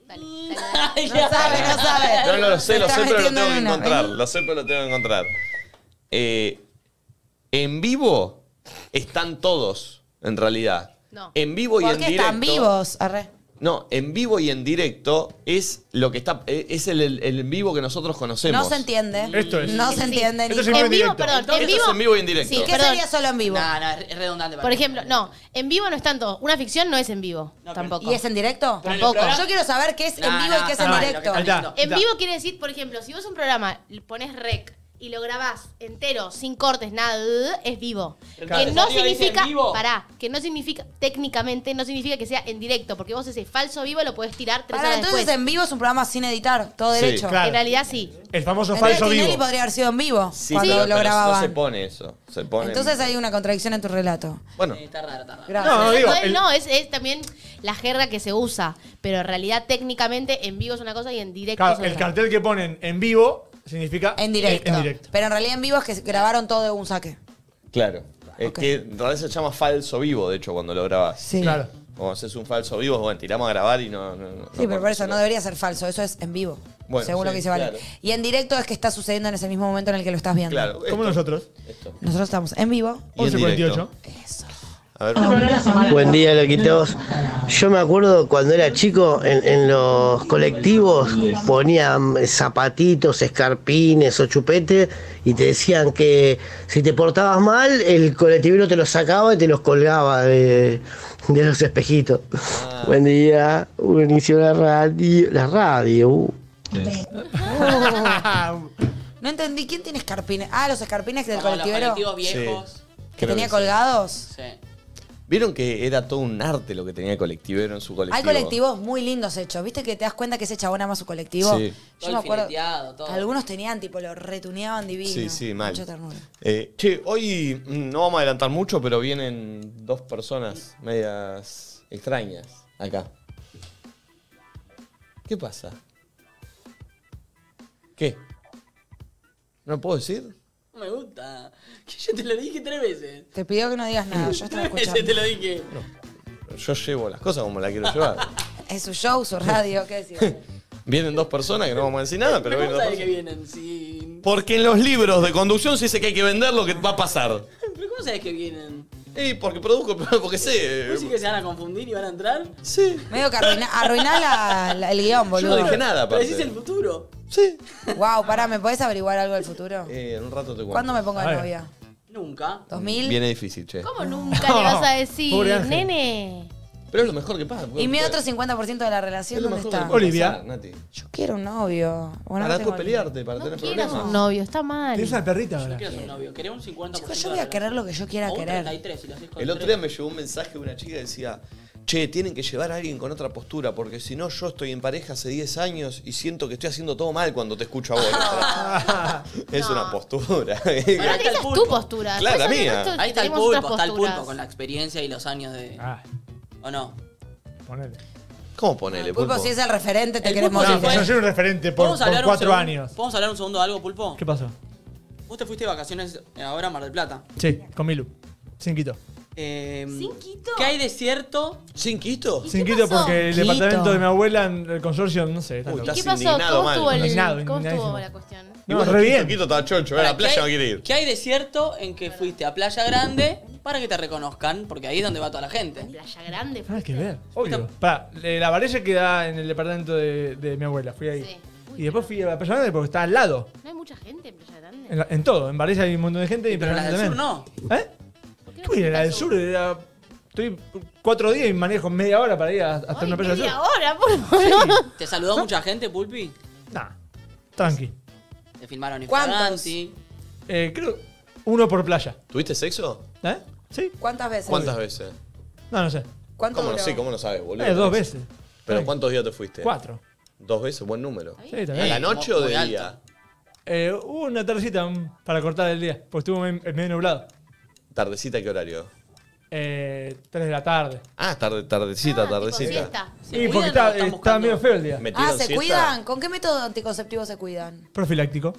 [SPEAKER 4] No sabe, no sabe.
[SPEAKER 1] No, no, lo sé,
[SPEAKER 4] Se
[SPEAKER 1] lo
[SPEAKER 4] está
[SPEAKER 1] sé, pero lo
[SPEAKER 4] metiendo
[SPEAKER 1] tengo que
[SPEAKER 4] en una.
[SPEAKER 1] encontrar. Lo sé, pero lo tengo que encontrar. Eh, en vivo están todos, en realidad.
[SPEAKER 3] No.
[SPEAKER 1] En vivo y en
[SPEAKER 4] ¿Por qué
[SPEAKER 1] directo.
[SPEAKER 4] están vivos? Arre.
[SPEAKER 1] No, en vivo y en directo es lo que está. eh, Es el, el- el en vivo que nosotros conocemos.
[SPEAKER 4] No se entiende.
[SPEAKER 5] Esto es.
[SPEAKER 4] No se entiende,
[SPEAKER 5] Esto es
[SPEAKER 4] Nico.
[SPEAKER 5] en
[SPEAKER 3] En vivo,
[SPEAKER 5] directo.
[SPEAKER 3] perdón.
[SPEAKER 1] Esto
[SPEAKER 3] En vivo.
[SPEAKER 1] es en vivo y en directo.
[SPEAKER 4] Sí, ¿qué
[SPEAKER 3] Perdón.
[SPEAKER 4] sería solo en vivo?
[SPEAKER 2] No, no, es es redundante. para
[SPEAKER 3] Por
[SPEAKER 2] mí.
[SPEAKER 3] ejemplo, no. En vivo no están todos. Una ficción no es en vivo. tampoco.
[SPEAKER 4] ¿Y es en directo?
[SPEAKER 2] Pero en el
[SPEAKER 4] Tampoco.
[SPEAKER 2] programa-
[SPEAKER 4] Yo quiero saber qué es
[SPEAKER 2] No,
[SPEAKER 4] en vivo
[SPEAKER 2] no,
[SPEAKER 4] y qué es
[SPEAKER 2] está
[SPEAKER 4] en
[SPEAKER 2] mal,
[SPEAKER 4] directo.
[SPEAKER 2] lo que están
[SPEAKER 5] Ahí está.
[SPEAKER 2] diciendo.
[SPEAKER 3] En vivo quiere decir, por ejemplo, si vos un programa le pones rec y lo grabás entero, sin cortes, nada, duh, es vivo.
[SPEAKER 2] Claro.
[SPEAKER 3] Que no
[SPEAKER 2] Salió, dice,
[SPEAKER 3] significa,
[SPEAKER 2] en vivo.
[SPEAKER 3] pará, que no significa, técnicamente no significa que sea en directo, porque vos ese falso vivo lo podés tirar tres
[SPEAKER 4] Para,
[SPEAKER 3] horas
[SPEAKER 4] entonces
[SPEAKER 3] después.
[SPEAKER 4] en vivo es un programa sin editar, todo
[SPEAKER 1] Sí,
[SPEAKER 4] derecho.
[SPEAKER 5] claro.
[SPEAKER 3] En realidad sí.
[SPEAKER 5] El famoso
[SPEAKER 4] Entonces
[SPEAKER 5] falso
[SPEAKER 4] Tinelli
[SPEAKER 5] vivo.
[SPEAKER 4] podría haber sido en vivo
[SPEAKER 1] Sí,
[SPEAKER 4] cuando
[SPEAKER 1] pero-
[SPEAKER 4] lo
[SPEAKER 1] pero No se
[SPEAKER 4] grababan.
[SPEAKER 1] pone eso. Se pone.
[SPEAKER 4] Entonces eh, hay una contradicción en tu relato.
[SPEAKER 1] bueno,
[SPEAKER 2] Eh, Está raro, está raro.
[SPEAKER 4] Gracias.
[SPEAKER 5] No, no, digo.
[SPEAKER 3] Entonces,
[SPEAKER 5] el-
[SPEAKER 3] no, es, es también la jerga que se usa, pero en realidad técnicamente en vivo es una cosa y en directo
[SPEAKER 5] Claro,
[SPEAKER 3] es
[SPEAKER 5] el
[SPEAKER 3] otra.
[SPEAKER 5] cartel que ponen en vivo significa
[SPEAKER 4] En directo.
[SPEAKER 5] En directo.
[SPEAKER 4] Pero en realidad en vivo es que grabaron todo de un saque.
[SPEAKER 1] claro. Es
[SPEAKER 4] Ok.
[SPEAKER 1] que en realidad se llama falso vivo, de hecho, cuando lo grabás.
[SPEAKER 4] Sí.
[SPEAKER 5] Claro.
[SPEAKER 1] O haces un falso vivo, bueno, tiramos a grabar y no. no- no-
[SPEAKER 4] Sí, pero por eso no
[SPEAKER 1] no-
[SPEAKER 4] debería ser falso, eso es en vivo.
[SPEAKER 1] Bueno,
[SPEAKER 4] según lo
[SPEAKER 1] sí,
[SPEAKER 4] que dice Valen.
[SPEAKER 1] claro.
[SPEAKER 4] Y en directo es que está sucediendo en ese mismo momento en el que lo estás viendo.
[SPEAKER 1] Claro.
[SPEAKER 5] Como
[SPEAKER 1] esto,
[SPEAKER 5] nosotros.
[SPEAKER 1] esto.
[SPEAKER 4] Nosotros estamos en vivo.
[SPEAKER 1] Y en
[SPEAKER 5] 11.48.
[SPEAKER 1] A ver,
[SPEAKER 13] Buen día, loquitos. Yo me acuerdo cuando era chico, en, en los colectivos ponían zapatitos, escarpines o chupetes y te decían que si te portabas mal, el colectivero te los sacaba y te los colgaba de, de los espejitos. Buen día, buenísimo la radio. La radio. uh.
[SPEAKER 4] No entendí quién tiene escarpines. Ah, los escarpines del
[SPEAKER 2] Como los
[SPEAKER 4] colectivero
[SPEAKER 2] colectivos viejos.
[SPEAKER 4] que
[SPEAKER 1] creo
[SPEAKER 4] tenía
[SPEAKER 1] que sí.
[SPEAKER 4] colgados.
[SPEAKER 2] Sí.
[SPEAKER 1] Vieron que era todo un arte lo que tenía el colectivero en su colectivo.
[SPEAKER 4] Hay colectivos muy lindos hechos. ¿Viste que te das cuenta que ese chabón ama su colectivo?
[SPEAKER 1] Sí.
[SPEAKER 4] Yo
[SPEAKER 2] Todo
[SPEAKER 4] me acuerdo.
[SPEAKER 2] fileteado, todo.
[SPEAKER 4] Algunos tenían, tipo, lo retuneaban divino.
[SPEAKER 1] Sí, sí, mal.
[SPEAKER 4] Mucha ternura.
[SPEAKER 1] Eh, che, hoy mm, no vamos a adelantar mucho, pero vienen dos personas medias extrañas acá. ¿Qué pasa? ¿Qué? ¿No puedo decir?
[SPEAKER 2] No me gusta. Que yo te lo dije tres veces.
[SPEAKER 4] Te pidió que no digas nada, yo estaba
[SPEAKER 2] Tres veces te
[SPEAKER 4] escuchando.
[SPEAKER 2] lo dije.
[SPEAKER 1] Yo llevo las cosas como las quiero llevar.
[SPEAKER 4] Es su show, su radio, ¿qué decís?
[SPEAKER 1] Vienen dos personas que no vamos a decir nada, pero
[SPEAKER 2] Pero
[SPEAKER 1] vienen
[SPEAKER 2] ¿cómo
[SPEAKER 1] dos
[SPEAKER 2] sabes que
[SPEAKER 1] personas.
[SPEAKER 2] vienen? Si-
[SPEAKER 1] Porque en los libros de conducción se dice que hay que vender lo que va a pasar.
[SPEAKER 2] ¿Pero cómo sabes que vienen?
[SPEAKER 1] Y porque produzco, porque sé. eh,
[SPEAKER 2] ¿Vos sí que se van a confundir y van a entrar?
[SPEAKER 1] Sí.
[SPEAKER 4] Medio que arruiná, arruiná la- la- el
[SPEAKER 1] Yo
[SPEAKER 4] guión,
[SPEAKER 1] no
[SPEAKER 4] boludo.
[SPEAKER 1] dije nada,
[SPEAKER 2] Pero
[SPEAKER 1] aparte.
[SPEAKER 2] decís el futuro.
[SPEAKER 1] Sí.
[SPEAKER 4] Wow, pará, ¿me podés averiguar algo del futuro?
[SPEAKER 1] Eh, en un rato te cuento.
[SPEAKER 4] ¿Cuándo me pongo de
[SPEAKER 5] A ver.
[SPEAKER 4] novia?
[SPEAKER 2] Nunca.
[SPEAKER 4] ¿2000?
[SPEAKER 1] Viene difícil, che.
[SPEAKER 3] ¿Cómo nunca le vas a decir,
[SPEAKER 5] Pobre Ángel.
[SPEAKER 3] nene?
[SPEAKER 1] Pero es lo mejor que pasa.
[SPEAKER 4] Y mi otro 50% de la relación, ¿dónde está? Yo quiero un novio. Bueno,
[SPEAKER 1] Para
[SPEAKER 4] no
[SPEAKER 1] después
[SPEAKER 4] tengo-
[SPEAKER 1] pelearte, para tener
[SPEAKER 3] Quieras
[SPEAKER 1] problemas.
[SPEAKER 3] un novio, está mal.
[SPEAKER 1] Tenés una perrita ahora.
[SPEAKER 2] Quieras un novio, querés un 50%.
[SPEAKER 4] Chicos, yo voy a querer lo que yo quiera
[SPEAKER 2] O un
[SPEAKER 4] querer.
[SPEAKER 2] 33, si lo haces con
[SPEAKER 1] El otro
[SPEAKER 2] tres.
[SPEAKER 1] día me llegó un mensaje de una chica que decía, che, tienen que llevar a alguien con otra postura, porque si no, yo estoy en pareja hace 10 años y siento que estoy haciendo todo mal cuando te escucho a vos. es una postura.
[SPEAKER 3] Bueno, esa es tu postura.
[SPEAKER 1] Claro, la
[SPEAKER 3] Después el
[SPEAKER 1] mía.
[SPEAKER 3] resto
[SPEAKER 2] Ahí está el
[SPEAKER 3] tenemos
[SPEAKER 2] pulpo,
[SPEAKER 3] otras
[SPEAKER 2] está el pulpo
[SPEAKER 3] posturas.
[SPEAKER 2] con la experiencia y los años de.
[SPEAKER 4] Ah.
[SPEAKER 2] ¿O no?
[SPEAKER 5] Ah, Ponele.
[SPEAKER 1] ¿Cómo ponele,
[SPEAKER 4] Pulpo,
[SPEAKER 1] pulpo?
[SPEAKER 4] si es el referente, te
[SPEAKER 2] El
[SPEAKER 4] queremos ¿eh?
[SPEAKER 2] pulpo
[SPEAKER 5] No,
[SPEAKER 2] se fue.
[SPEAKER 5] pues yo soy un referente por,
[SPEAKER 2] ¿Podemos
[SPEAKER 5] por
[SPEAKER 2] hablar un
[SPEAKER 5] cuatro
[SPEAKER 2] segundo-
[SPEAKER 5] años.
[SPEAKER 2] ¿Podemos hablar un segundo de algo, Pulpo?
[SPEAKER 5] ¿Qué pasó?
[SPEAKER 2] Vos te fuiste de vacaciones ahora a Mar del Plata.
[SPEAKER 5] Sí, con Milu. Sin quito.
[SPEAKER 2] Eh, ¿Qué hay de cierto?
[SPEAKER 1] ¿Sin Quito?
[SPEAKER 5] Sin quito porque el
[SPEAKER 2] Quito.
[SPEAKER 5] departamento de mi abuela, el consorcio, no sé. está
[SPEAKER 1] Uy,
[SPEAKER 5] loco.
[SPEAKER 1] estás
[SPEAKER 3] ¿Qué pasó? ¿Cómo estuvo, el-
[SPEAKER 5] Indignado,
[SPEAKER 3] cómo estuvo
[SPEAKER 5] indignadísimo.
[SPEAKER 3] la cuestión?
[SPEAKER 5] No, re bien.
[SPEAKER 1] Quito está choncho, a
[SPEAKER 2] Pará,
[SPEAKER 1] la playa
[SPEAKER 2] ¿qué
[SPEAKER 1] no
[SPEAKER 2] hay-
[SPEAKER 1] quiere ir.
[SPEAKER 2] ¿Qué hay de cierto en que fuiste a Playa Grande para que te reconozcan? Porque ahí es donde va toda la gente.
[SPEAKER 3] Playa Grande.
[SPEAKER 5] Nada Ah, que ver. Obvio. Pará, eh, la varilla queda en el departamento de, de mi abuela. Fui ahí. y después fui a la Playa Grande porque está al lado.
[SPEAKER 3] No hay mucha gente en Playa Grande.
[SPEAKER 5] En, la- en todo. En Varella hay un montón de gente. Y
[SPEAKER 2] Pero las del sur
[SPEAKER 5] también.
[SPEAKER 2] no.
[SPEAKER 5] ¿Eh? ¿Qué voy a ir a la del sur? Era- estoy cuatro días y manejo media hora para ir a- hasta una playa del sur.
[SPEAKER 3] ahora, por
[SPEAKER 2] ¿Te saludó mucha gente, Pulpi?
[SPEAKER 5] Nah. Tranqui.
[SPEAKER 2] Te filmaron en
[SPEAKER 4] ¿Cuántos?
[SPEAKER 2] Fraganti.
[SPEAKER 5] Eh, creo uno por playa.
[SPEAKER 1] ¿Tuviste sexo?
[SPEAKER 5] ¿Eh? ¿Sí?
[SPEAKER 4] ¿Cuántas veces?
[SPEAKER 1] ¿Cuántas veces?
[SPEAKER 5] No, no sé.
[SPEAKER 4] ¿Cuánto
[SPEAKER 1] ¿Cómo no
[SPEAKER 4] duró?
[SPEAKER 1] sé? ¿Cómo no sabes, boludo?
[SPEAKER 5] Eh, dos veces.
[SPEAKER 1] ¿Pero cuántos días te fuiste?
[SPEAKER 5] Cuatro.
[SPEAKER 1] ¿Dos veces? Buen número.
[SPEAKER 5] Sí, está
[SPEAKER 1] ¿A
[SPEAKER 4] Eh,
[SPEAKER 5] bien.
[SPEAKER 1] la noche o
[SPEAKER 2] Muy
[SPEAKER 1] de
[SPEAKER 2] alto.
[SPEAKER 1] día?
[SPEAKER 5] Eh, hubo una tardecita mm, para cortar el día, porque estuvo me- medio nublado.
[SPEAKER 1] ¿Tardecita qué horario?
[SPEAKER 5] Eh, 3 de la tarde.
[SPEAKER 1] Ah, tarde, tardecita, tardecita.
[SPEAKER 4] siesta. ¿Se
[SPEAKER 5] Y porque
[SPEAKER 4] cuidan o
[SPEAKER 5] está,
[SPEAKER 4] están
[SPEAKER 5] está medio feo el día.
[SPEAKER 4] Ah, ¿se cuidan? ¿Con qué método anticonceptivo se cuidan?
[SPEAKER 5] Profiláctico.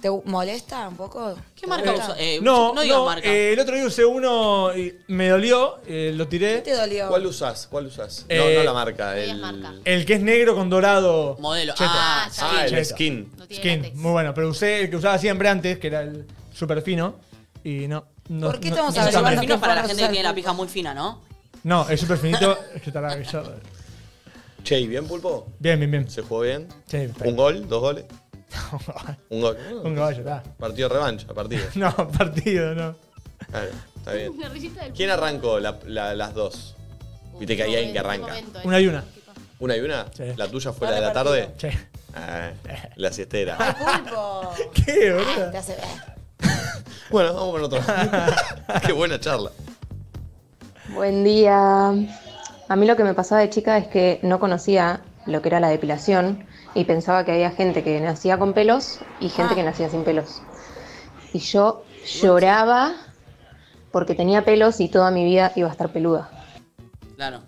[SPEAKER 4] ¿Te molesta un poco? ¿Qué
[SPEAKER 2] marca
[SPEAKER 4] usa?
[SPEAKER 2] usa? Eh,
[SPEAKER 5] no,
[SPEAKER 2] no
[SPEAKER 5] no,
[SPEAKER 2] digas marca.
[SPEAKER 5] eh, el otro día usé uno y me dolió, eh, lo tiré.
[SPEAKER 4] te dolió?
[SPEAKER 1] ¿Cuál usás? ¿Cuál usás?
[SPEAKER 5] Eh,
[SPEAKER 1] no, no la marca. El...
[SPEAKER 5] El que es negro con dorado.
[SPEAKER 2] Modelo.
[SPEAKER 5] Cheto.
[SPEAKER 2] Ah,
[SPEAKER 1] Ah, el
[SPEAKER 5] Cheto.
[SPEAKER 1] skin.
[SPEAKER 5] Skin, muy bueno. Pero usé el que usaba siempre antes, que era el super fino. Y no. no
[SPEAKER 4] ¿Por qué
[SPEAKER 5] no-
[SPEAKER 4] estamos
[SPEAKER 5] no
[SPEAKER 2] Eso es
[SPEAKER 5] está
[SPEAKER 2] súper
[SPEAKER 5] mal.
[SPEAKER 2] fino para la
[SPEAKER 4] forma
[SPEAKER 2] gente
[SPEAKER 4] usa
[SPEAKER 2] que
[SPEAKER 4] el
[SPEAKER 2] tiene la pija muy fina, ¿no?
[SPEAKER 5] No, el super finito. es que está la- yo-
[SPEAKER 1] Che, ¿y bien, Pulpo?
[SPEAKER 5] Bien, bien, bien.
[SPEAKER 1] ¿Se jugó bien?
[SPEAKER 5] Sí, perfecto.
[SPEAKER 1] ¿Un gol? ¿Dos goles? Un gol.
[SPEAKER 5] Un caballo, está.
[SPEAKER 1] Partido revancha, partido.
[SPEAKER 5] No, partido, no.
[SPEAKER 1] Claro, está bien.
[SPEAKER 3] Una risita del
[SPEAKER 1] ¿Quién arrancó la- la- las dos?
[SPEAKER 4] Uh,
[SPEAKER 1] Viste que hay alguien que
[SPEAKER 3] este
[SPEAKER 1] arranca.
[SPEAKER 5] Una y una.
[SPEAKER 1] ¿Una y una? ¿La tuya fue la de
[SPEAKER 4] Doble
[SPEAKER 1] la tarde?
[SPEAKER 5] Sí.
[SPEAKER 1] Ah, la siestera.
[SPEAKER 4] Ay, pulpo.
[SPEAKER 5] ¿Qué,
[SPEAKER 4] Ah,
[SPEAKER 5] boludo?
[SPEAKER 4] te hace-
[SPEAKER 1] Bueno, vamos con otro. Qué buena charla.
[SPEAKER 14] Buen día. A mí lo que me pasaba de chica es que no conocía lo que era la depilación y pensaba que había gente que nacía con pelos y gente que nacía sin pelos. Y yo lloraba porque tenía pelos y toda mi vida iba a estar peluda.
[SPEAKER 2] Claro.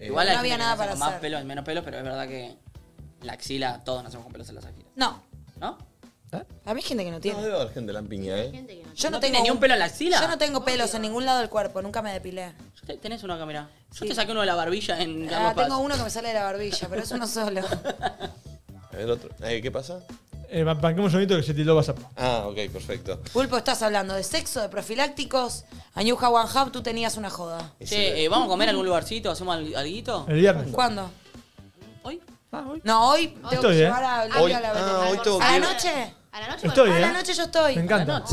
[SPEAKER 2] Igual
[SPEAKER 4] no
[SPEAKER 2] hay gente
[SPEAKER 4] había
[SPEAKER 2] que
[SPEAKER 4] nada
[SPEAKER 2] nace
[SPEAKER 4] para
[SPEAKER 2] con más
[SPEAKER 4] hacer.
[SPEAKER 2] pelos y menos pelos, pero es verdad que la axila, todos nacemos con pelos en las axilas.
[SPEAKER 4] No.
[SPEAKER 2] ¿No?
[SPEAKER 4] A mí hay gente que no
[SPEAKER 1] No
[SPEAKER 4] tiene.
[SPEAKER 1] debe haber gente lampiña, ¿eh?
[SPEAKER 4] Yo no,
[SPEAKER 2] ¿No
[SPEAKER 4] tengo
[SPEAKER 2] tiene ni un pelo en la axila?
[SPEAKER 4] Yo no tengo pelos en ningún lado del cuerpo, nunca me depilé.
[SPEAKER 2] Yo te- Tenés uno acá, mirá. Yo te saqué uno de la barbilla en Carlos
[SPEAKER 4] Ah, tengo
[SPEAKER 2] Paz.
[SPEAKER 4] uno que me sale de la barbilla, pero es uno solo.
[SPEAKER 1] El otro. Eh, ¿Qué pasa?
[SPEAKER 5] Eh, banquemos un sonito que se tildó WhatsApp.
[SPEAKER 1] Ah, ok, perfecto.
[SPEAKER 4] Pulpo, estás hablando de sexo, de profilácticos. Añuja One Hub, tú tenías una joda.
[SPEAKER 2] Che, eh, ¿vamos a comer a algún lugarcito? ¿Hacemos al- alguito?
[SPEAKER 1] Eh,
[SPEAKER 5] El viernes. Ah,
[SPEAKER 4] ¿Cuándo?
[SPEAKER 2] ¿Hoy?
[SPEAKER 4] No, hoy tengo
[SPEAKER 5] Estoy,
[SPEAKER 4] que
[SPEAKER 5] ¿eh?
[SPEAKER 4] llevar a Olivia
[SPEAKER 1] Hoy-
[SPEAKER 4] a la
[SPEAKER 1] ah, hoy tengo
[SPEAKER 4] ¿A
[SPEAKER 1] que
[SPEAKER 4] la
[SPEAKER 1] ir.
[SPEAKER 4] noche?
[SPEAKER 3] ¿A la noche?
[SPEAKER 5] Estoy,
[SPEAKER 4] a la
[SPEAKER 5] ¿eh?
[SPEAKER 4] noche yo estoy.
[SPEAKER 5] Me encanta.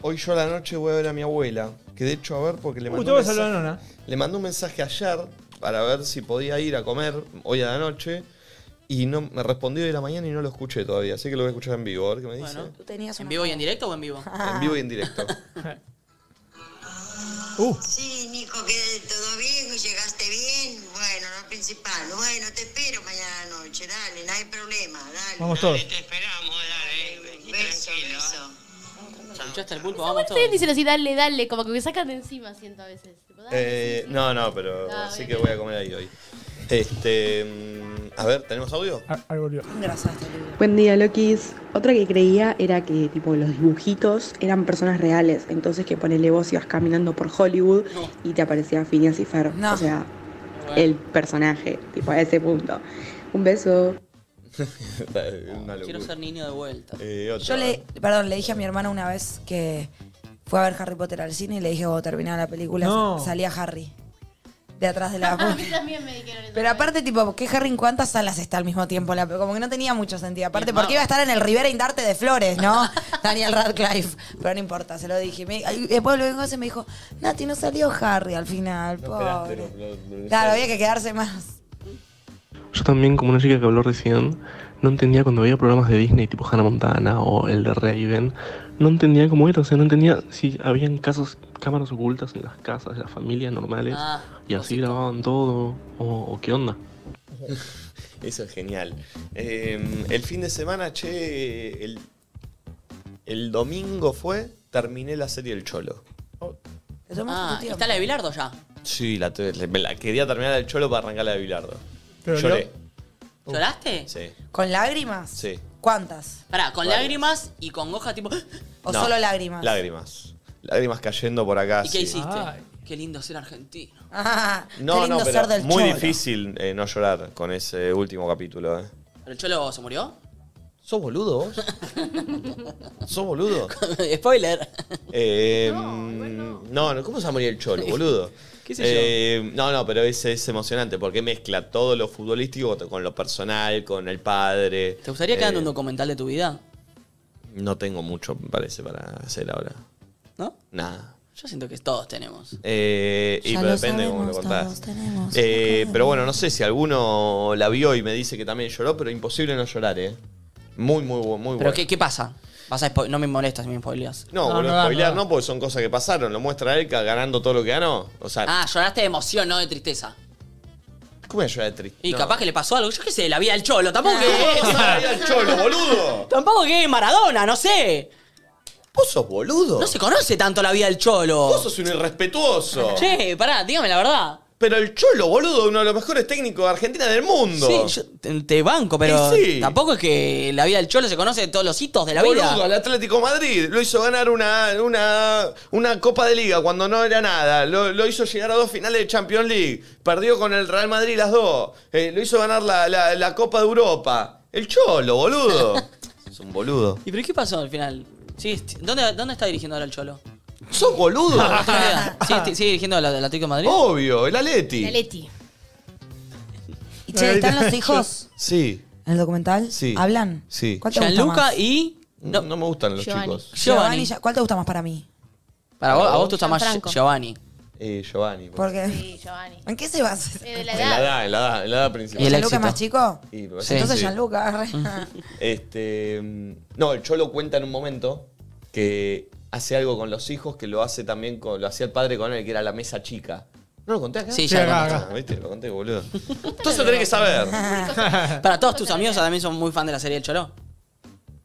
[SPEAKER 1] Hoy yo a la noche voy a ver a mi abuela, que de hecho, a ver, porque le
[SPEAKER 5] Uh,
[SPEAKER 1] mandó
[SPEAKER 5] te
[SPEAKER 1] un
[SPEAKER 5] vas a la
[SPEAKER 1] mensaje-
[SPEAKER 5] nona.
[SPEAKER 1] Le mandó un mensaje ayer para ver si podía ir a comer hoy a la noche y no me respondió hoy de la mañana y no lo escuché todavía, así que lo voy a escuchar en vivo, a ver qué me dice.
[SPEAKER 2] Bueno.
[SPEAKER 4] Tú tenías
[SPEAKER 2] ¿En
[SPEAKER 4] una
[SPEAKER 2] vivo y en directo o en vivo?
[SPEAKER 1] En vivo y en directo.
[SPEAKER 5] Uh,
[SPEAKER 15] Sí, Nico, que todo bien, llegaste bien. Bueno, lo principal. Bueno, te espero mañana a la noche, dale, no hay problema, dale.
[SPEAKER 5] vamos todos.
[SPEAKER 15] Beso, beso.
[SPEAKER 2] ¿Escuchaste el pulpo?
[SPEAKER 3] No
[SPEAKER 2] Vamos todos.
[SPEAKER 3] ustedes dicen así, dale, dale, como que me sacan de encima, siento a veces. Tipo, dale,
[SPEAKER 1] Eh,
[SPEAKER 3] sí, sí.
[SPEAKER 1] no, no, pero
[SPEAKER 3] Ah,
[SPEAKER 1] así
[SPEAKER 3] bien,
[SPEAKER 1] que voy a comer ahí hoy. Este, mm, a ver, ¿tenemos audio?
[SPEAKER 5] Ah, Ahí volvió.
[SPEAKER 4] este
[SPEAKER 16] Buen día, Lokis. Otra que creía era que tipo los dibujitos eran personas reales. Entonces que ponele vos ibas caminando por Hollywood y te aparecía Phineas y Ferb. O sea, el personaje, tipo a ese punto. Un beso.
[SPEAKER 1] Una
[SPEAKER 2] Quiero
[SPEAKER 1] locura.
[SPEAKER 2] ser niño de vuelta.
[SPEAKER 1] Eh, otra.
[SPEAKER 4] Yo le, perdón, le dije a mi hermana una vez que fue a ver Harry Potter al cine y le dije, cuando terminaba la película,
[SPEAKER 5] No.
[SPEAKER 4] sa- salía Harry. de atrás de la
[SPEAKER 3] A mí también me dijeron eso.
[SPEAKER 4] Pero aparte, tipo, ¿qué Herring cuántas salas está al mismo tiempo? La, como que no tenía mucho sentido. Aparte, porque iba a estar en el Rivera Indarte de Flores, ¿no? Daniel Radcliffe. Pero no importa, se lo dije. Me- y después lo vengo y me dijo, Nati, no salió Harry al final, pobre. claro, había que quedarse más.
[SPEAKER 17] Yo también, como una chica que habló recién, no entendía cuando veía programas de Disney tipo Hannah Montana o el de Raven, no entendía cómo era, o sea, no entendía si habían casos, cámaras ocultas en las casas de las familias normales
[SPEAKER 1] Ah,
[SPEAKER 17] y así grababan todo, o, o qué onda.
[SPEAKER 1] Eso es genial. Eh, el fin de semana, che, el, el domingo fue, terminé la serie El Cholo.
[SPEAKER 2] Ah, está la de Bilardo ya.
[SPEAKER 1] Sí, la, te- me la quería terminar El Cholo para arrancar la de Bilardo.
[SPEAKER 5] Pero
[SPEAKER 1] Lloré.
[SPEAKER 2] ¿Lloraste?
[SPEAKER 1] Sí,
[SPEAKER 4] ¿Con lágrimas?
[SPEAKER 1] sí.
[SPEAKER 4] ¿Cuántas?
[SPEAKER 2] Pará, con
[SPEAKER 1] Vale.
[SPEAKER 2] lágrimas y con goja tipo.
[SPEAKER 4] ¿O
[SPEAKER 1] No,
[SPEAKER 4] solo lágrimas?
[SPEAKER 1] Lágrimas. Lágrimas cayendo por acá.
[SPEAKER 2] ¿Y qué
[SPEAKER 1] Ah, sí.
[SPEAKER 2] hiciste? Qué lindo ser argentino.
[SPEAKER 4] Ah,
[SPEAKER 1] No, no, pero muy difícil eh, no llorar con ese último capítulo. ¿eh?
[SPEAKER 2] ¿El cholo se murió?
[SPEAKER 1] ¿Sos boludo vos? ¿Sos boludo?
[SPEAKER 2] Spoiler.
[SPEAKER 1] Eh, no, no, ¿cómo se va a morir el cholo, boludo?
[SPEAKER 2] ¿Qué sé
[SPEAKER 1] Eh, no, no, pero es, es emocionante porque mezcla todo lo futbolístico con lo personal, con el padre.
[SPEAKER 2] ¿Te gustaría que hagan
[SPEAKER 1] Eh,
[SPEAKER 2] un documental de tu vida?
[SPEAKER 1] No tengo mucho, me parece, para hacer ahora.
[SPEAKER 2] ¿No?
[SPEAKER 1] Nada.
[SPEAKER 2] Yo siento que todos tenemos.
[SPEAKER 1] Eh, y
[SPEAKER 2] Ya
[SPEAKER 1] pero
[SPEAKER 2] lo
[SPEAKER 1] depende
[SPEAKER 2] sabemos,
[SPEAKER 1] cómo lo
[SPEAKER 2] todos
[SPEAKER 1] contás.
[SPEAKER 2] tenemos
[SPEAKER 1] Eh, pero bueno, no sé si alguno la vio y me dice que también lloró, pero imposible no llorar, ¿eh? Muy, muy, bu- muy
[SPEAKER 2] ¿Pero
[SPEAKER 1] bueno.
[SPEAKER 2] qué, qué pasa? Vas a spo- no me molestas si me spoileas.
[SPEAKER 1] No, boludo, spoilear no, porque son cosas que pasaron. Lo muestra Elka ganando todo lo que ganó. O sea,
[SPEAKER 2] Ah, lloraste de emoción, no de tristeza.
[SPEAKER 1] ¿cómo voy a llorar de triste?
[SPEAKER 2] Y
[SPEAKER 1] No.
[SPEAKER 2] capaz que le pasó algo. Yo qué sé, la vida del cholo. Tampoco
[SPEAKER 1] ¿Cómo
[SPEAKER 2] que.
[SPEAKER 1] vas a ver al cholo, boludo?
[SPEAKER 2] Tampoco que Maradona, no sé.
[SPEAKER 1] Vos sos boludo.
[SPEAKER 2] No se conoce tanto la vida del cholo.
[SPEAKER 1] Vos sos un irrespetuoso.
[SPEAKER 2] Che, pará, dígame la verdad.
[SPEAKER 1] Pero el cholo, boludo, uno de los mejores técnicos de Argentina del mundo.
[SPEAKER 2] Sí, yo te- te banco, pero
[SPEAKER 1] Y sí.
[SPEAKER 2] tampoco es que la vida del cholo se conoce de todos los hitos de la
[SPEAKER 1] Boludo,
[SPEAKER 2] vida.
[SPEAKER 1] al Atlético Madrid lo hizo ganar una, una, una Copa de Liga cuando no era nada. Lo, lo hizo llegar a dos finales de Champions League. Perdió con el Real Madrid las dos. Eh, lo hizo ganar la, la- la Copa de Europa. El Cholo, boludo. es un boludo.
[SPEAKER 2] ¿Y pero qué pasó al final? Sí, est- ¿dónde, ¿Dónde está dirigiendo ahora el cholo?
[SPEAKER 1] ¿Sos boludo?
[SPEAKER 2] No tengo idea. ¿Sigue, ti- sigue dirigiendo al al Atlético de Madrid?
[SPEAKER 4] Oh,
[SPEAKER 1] Obvio, el Atleti.
[SPEAKER 3] Leti.
[SPEAKER 4] Y che, ¿están los hijos
[SPEAKER 1] Sí,
[SPEAKER 4] en el documental?
[SPEAKER 1] sí.
[SPEAKER 4] ¿Hablan?
[SPEAKER 1] Sí.
[SPEAKER 4] ¿Cuál te gusta Gianluca más?
[SPEAKER 2] y.
[SPEAKER 1] No, no me gustan los chicos.
[SPEAKER 4] Giovanni. Gia- ¿Cuál te gusta más para mí?
[SPEAKER 2] Para vos, a vos te gusta más
[SPEAKER 4] Gianfranco.
[SPEAKER 2] Giovanni.
[SPEAKER 1] Eh, Giovanni.
[SPEAKER 4] ¿Por qué?
[SPEAKER 3] Sí, Giovanni.
[SPEAKER 4] ¿En qué se basa?
[SPEAKER 3] Eh, De la
[SPEAKER 1] En la
[SPEAKER 3] edad.
[SPEAKER 1] edad, en la edad, en la edad principal.
[SPEAKER 4] ¿Gianluca es más chico?
[SPEAKER 1] Y
[SPEAKER 2] e-
[SPEAKER 1] me parece que
[SPEAKER 4] Entonces
[SPEAKER 1] sí.
[SPEAKER 4] Gianluca. re.
[SPEAKER 1] Este, mm, no, el Cholo cuenta en un momento que hace algo con los hijos que lo hace también con, lo hacía el padre con él, que era la mesa chica. ¿No lo conté acá?
[SPEAKER 2] Sí, ya Sí, lo acá,
[SPEAKER 1] Ah, ¿Viste? Lo conté, boludo. Entonces lo tenés que saber.
[SPEAKER 2] Para todos tus amigos también son muy fan de la serie del cholo.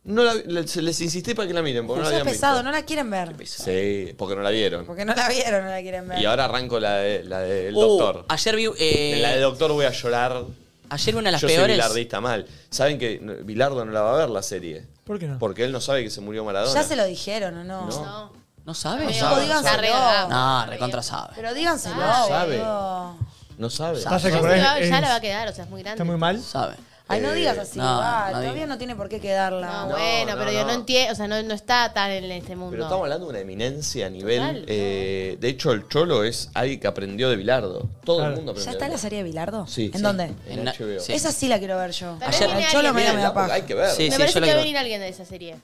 [SPEAKER 1] No la- les, les insistí para que la miren, porque no la
[SPEAKER 4] Eso es
[SPEAKER 1] habían
[SPEAKER 4] pesado, no la quieren ver.
[SPEAKER 1] visto. Sí, porque no la vieron.
[SPEAKER 4] Porque no la vieron, no la quieren ver.
[SPEAKER 1] Y ahora arranco la de- la del
[SPEAKER 2] Uh,
[SPEAKER 1] doctor.
[SPEAKER 2] Ayer vi. eh,
[SPEAKER 1] En la del doctor voy a llorar.
[SPEAKER 2] Ayer una de las
[SPEAKER 1] Yo soy
[SPEAKER 2] peores.
[SPEAKER 1] bilardista mal. Saben que Bilardo no la va a ver la serie.
[SPEAKER 5] ¿Por qué no?
[SPEAKER 1] Porque él no sabe que se murió Maradona.
[SPEAKER 4] ¿Ya se lo dijeron o no?
[SPEAKER 1] No.
[SPEAKER 2] ¿No sabe?
[SPEAKER 4] Amigo, díganselo.
[SPEAKER 2] No, recontra sabe.
[SPEAKER 4] Pero díganselo.
[SPEAKER 3] Ah,
[SPEAKER 1] No sabe.
[SPEAKER 4] boludo.
[SPEAKER 1] No sabe.
[SPEAKER 5] Pasa que
[SPEAKER 3] Ya,
[SPEAKER 5] por
[SPEAKER 3] se
[SPEAKER 5] ahí
[SPEAKER 3] va- ya
[SPEAKER 5] es-
[SPEAKER 3] la va a quedar, o sea, es muy grande.
[SPEAKER 5] ¿Está muy mal?
[SPEAKER 2] Sabe.
[SPEAKER 4] Ay, no
[SPEAKER 5] Eh,
[SPEAKER 4] digas así,
[SPEAKER 5] no,
[SPEAKER 4] igual.
[SPEAKER 5] no
[SPEAKER 4] Todavía
[SPEAKER 5] digas.
[SPEAKER 4] no tiene por qué quedarla.
[SPEAKER 3] No, bueno,
[SPEAKER 1] no,
[SPEAKER 3] pero yo
[SPEAKER 1] no.
[SPEAKER 3] no entiendo, o sea, no, no está tan en este mundo.
[SPEAKER 1] Pero estamos hablando de una eminencia a nivel.
[SPEAKER 3] Total.
[SPEAKER 1] eh, de hecho, el Cholo es alguien que aprendió de Bilardo. Todo el mundo aprendió.
[SPEAKER 4] ¿Ya está
[SPEAKER 1] de
[SPEAKER 4] la serie de Bilardo?
[SPEAKER 1] Sí.
[SPEAKER 4] ¿En
[SPEAKER 1] Sí.
[SPEAKER 4] dónde?
[SPEAKER 1] En la- HBO. sí.
[SPEAKER 4] Esa sí la quiero ver yo.
[SPEAKER 3] Ayer- viene
[SPEAKER 4] el cholo
[SPEAKER 3] alguien.
[SPEAKER 4] medio me da
[SPEAKER 1] Mírenla, porque
[SPEAKER 4] paja.
[SPEAKER 1] hay que ver.
[SPEAKER 2] Sí,
[SPEAKER 3] me
[SPEAKER 2] sí, yo
[SPEAKER 3] parece
[SPEAKER 2] la
[SPEAKER 3] que va a
[SPEAKER 2] quiero-
[SPEAKER 3] venir alguien de esa serie.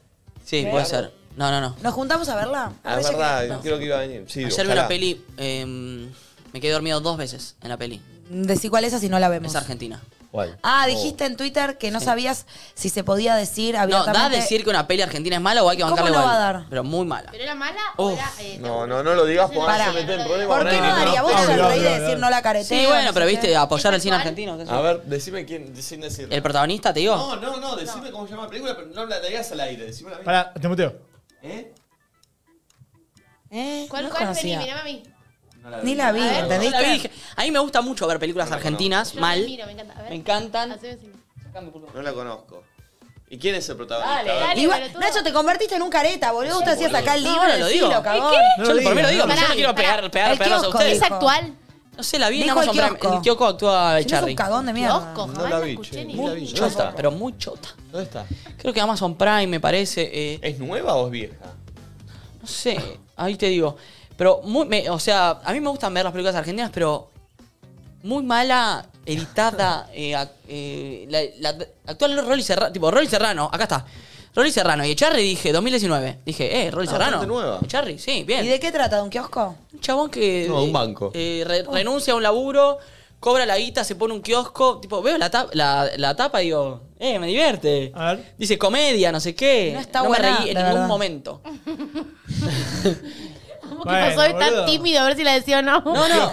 [SPEAKER 2] Sí,
[SPEAKER 4] ¿Qué?
[SPEAKER 2] puede ser. No, no, no.
[SPEAKER 4] ¿Nos juntamos a verla?
[SPEAKER 1] Ah, es verdad, creo que iba a venir. Sí,
[SPEAKER 2] Ayer vi
[SPEAKER 1] ojalá.
[SPEAKER 2] una peli. eh, me quedé dormido dos veces en la peli.
[SPEAKER 1] eh.
[SPEAKER 4] Decí cuál es así no la vemos.
[SPEAKER 2] Es argentina.
[SPEAKER 1] ¿Cuál?
[SPEAKER 4] Ah, dijiste en Twitter que no sabías si se podía decir
[SPEAKER 2] No,
[SPEAKER 4] abiertamente.
[SPEAKER 2] ¿da a decir que una peli argentina es mala o hay que
[SPEAKER 4] ¿Cómo
[SPEAKER 2] bancarla
[SPEAKER 4] lo
[SPEAKER 2] igual?
[SPEAKER 4] va a dar?
[SPEAKER 2] Pero muy mala.
[SPEAKER 3] ¿Pero era mala o
[SPEAKER 2] Uf.
[SPEAKER 3] era.? eh,
[SPEAKER 1] No, no, no lo digas porque
[SPEAKER 4] Pará.
[SPEAKER 1] no se mete en problemas.
[SPEAKER 4] ¿Por qué no
[SPEAKER 1] nadie
[SPEAKER 4] daría? Vos
[SPEAKER 1] conoce.
[SPEAKER 4] sos el rey de
[SPEAKER 1] Habla,
[SPEAKER 4] decir no la careteo.
[SPEAKER 2] Sí, bueno,
[SPEAKER 4] no
[SPEAKER 2] pero
[SPEAKER 4] sé
[SPEAKER 2] viste,
[SPEAKER 4] qué.
[SPEAKER 2] apoyar al cine argentino. qué sé yo.
[SPEAKER 1] A ver, decime quién, sin decirlo.
[SPEAKER 2] ¿El protagonista, te digo?
[SPEAKER 1] No, no, no, decime cómo se llama la película, pero no la la digas al aire. Decime la
[SPEAKER 5] Para, Timoteo.
[SPEAKER 1] ¿Eh?
[SPEAKER 4] ¿Eh?
[SPEAKER 3] ¿Cuál,
[SPEAKER 4] No
[SPEAKER 3] cuál? Vení,
[SPEAKER 4] conocía.
[SPEAKER 3] mirame a mí.
[SPEAKER 1] No la
[SPEAKER 4] Ni la vi,
[SPEAKER 2] A ver,
[SPEAKER 4] ¿entendiste?
[SPEAKER 2] Ah, no la vi, dije, a mí me gusta mucho ver películas argentinas
[SPEAKER 3] Yo
[SPEAKER 2] mal.
[SPEAKER 3] las
[SPEAKER 4] ¿eh?
[SPEAKER 3] miro, me encanta. A ver.
[SPEAKER 2] Me encantan.
[SPEAKER 3] Haceme así.
[SPEAKER 1] No la conozco. ¿Y quién es el protagonista?
[SPEAKER 3] Dale,
[SPEAKER 1] A ver.
[SPEAKER 3] dale.
[SPEAKER 4] Igual-
[SPEAKER 3] pelotudo.
[SPEAKER 4] Nacho, te convertiste en un careta, boludo. Usted hacías acá el
[SPEAKER 2] No,
[SPEAKER 4] libro.
[SPEAKER 2] ahora
[SPEAKER 4] el
[SPEAKER 2] lo digo.
[SPEAKER 4] filo,
[SPEAKER 2] ¿Qué?
[SPEAKER 4] cagón.
[SPEAKER 2] Yo lo primero digo, pero yo no quiero pegar, pegar
[SPEAKER 4] El
[SPEAKER 2] perros a
[SPEAKER 4] kiosco,
[SPEAKER 2] ustedes.
[SPEAKER 3] ¿Es actual?
[SPEAKER 2] No sé, la vi en
[SPEAKER 4] Dijo el
[SPEAKER 2] Amazon Prime.
[SPEAKER 4] kiosco.
[SPEAKER 2] El kiosco actúa
[SPEAKER 4] Si no es
[SPEAKER 2] Charlie.
[SPEAKER 4] un cagón de mierda.
[SPEAKER 3] Kiosco,
[SPEAKER 1] No
[SPEAKER 3] jamás
[SPEAKER 1] la
[SPEAKER 3] la
[SPEAKER 1] vi,
[SPEAKER 3] escuché
[SPEAKER 1] che, ni
[SPEAKER 3] ni
[SPEAKER 1] la vi.
[SPEAKER 3] vi.
[SPEAKER 1] ¿Dónde
[SPEAKER 2] Chota,
[SPEAKER 1] está?
[SPEAKER 2] pero muy chota.
[SPEAKER 1] ¿Dónde está?
[SPEAKER 2] Creo que Amazon Prime me parece. eh,
[SPEAKER 1] ¿Es nueva o es vieja?
[SPEAKER 2] no sé, ahí te digo. Pero, muy, me- o sea, a mí me gustan ver las películas argentinas, pero muy mala, editada. eh, ac- eh, la, la actual Rolly Serrano, tipo Rolly Serrano, acá está. Rolly Serrano y Echarri dije 2019. Dije, eh, Rolly
[SPEAKER 4] Ah,
[SPEAKER 2] Serrano.
[SPEAKER 4] bastante nueva.
[SPEAKER 2] Echarri, sí, bien.
[SPEAKER 4] ¿Y de qué trata? ¿De un kiosco?
[SPEAKER 2] Un chabón que.
[SPEAKER 1] No, un banco.
[SPEAKER 2] eh, re- renuncia a un laburo, cobra la guita, se pone un kiosco. Tipo, veo la, tap- la, la tapa y digo, eh, me divierte. Dice comedia, no sé qué.
[SPEAKER 4] No está
[SPEAKER 2] me
[SPEAKER 4] buena,
[SPEAKER 2] reí en
[SPEAKER 4] la
[SPEAKER 2] ningún
[SPEAKER 4] verdad.
[SPEAKER 2] momento.
[SPEAKER 3] ¿Cómo que pasó de tan tímido a ver si la decía o no?
[SPEAKER 2] No, no.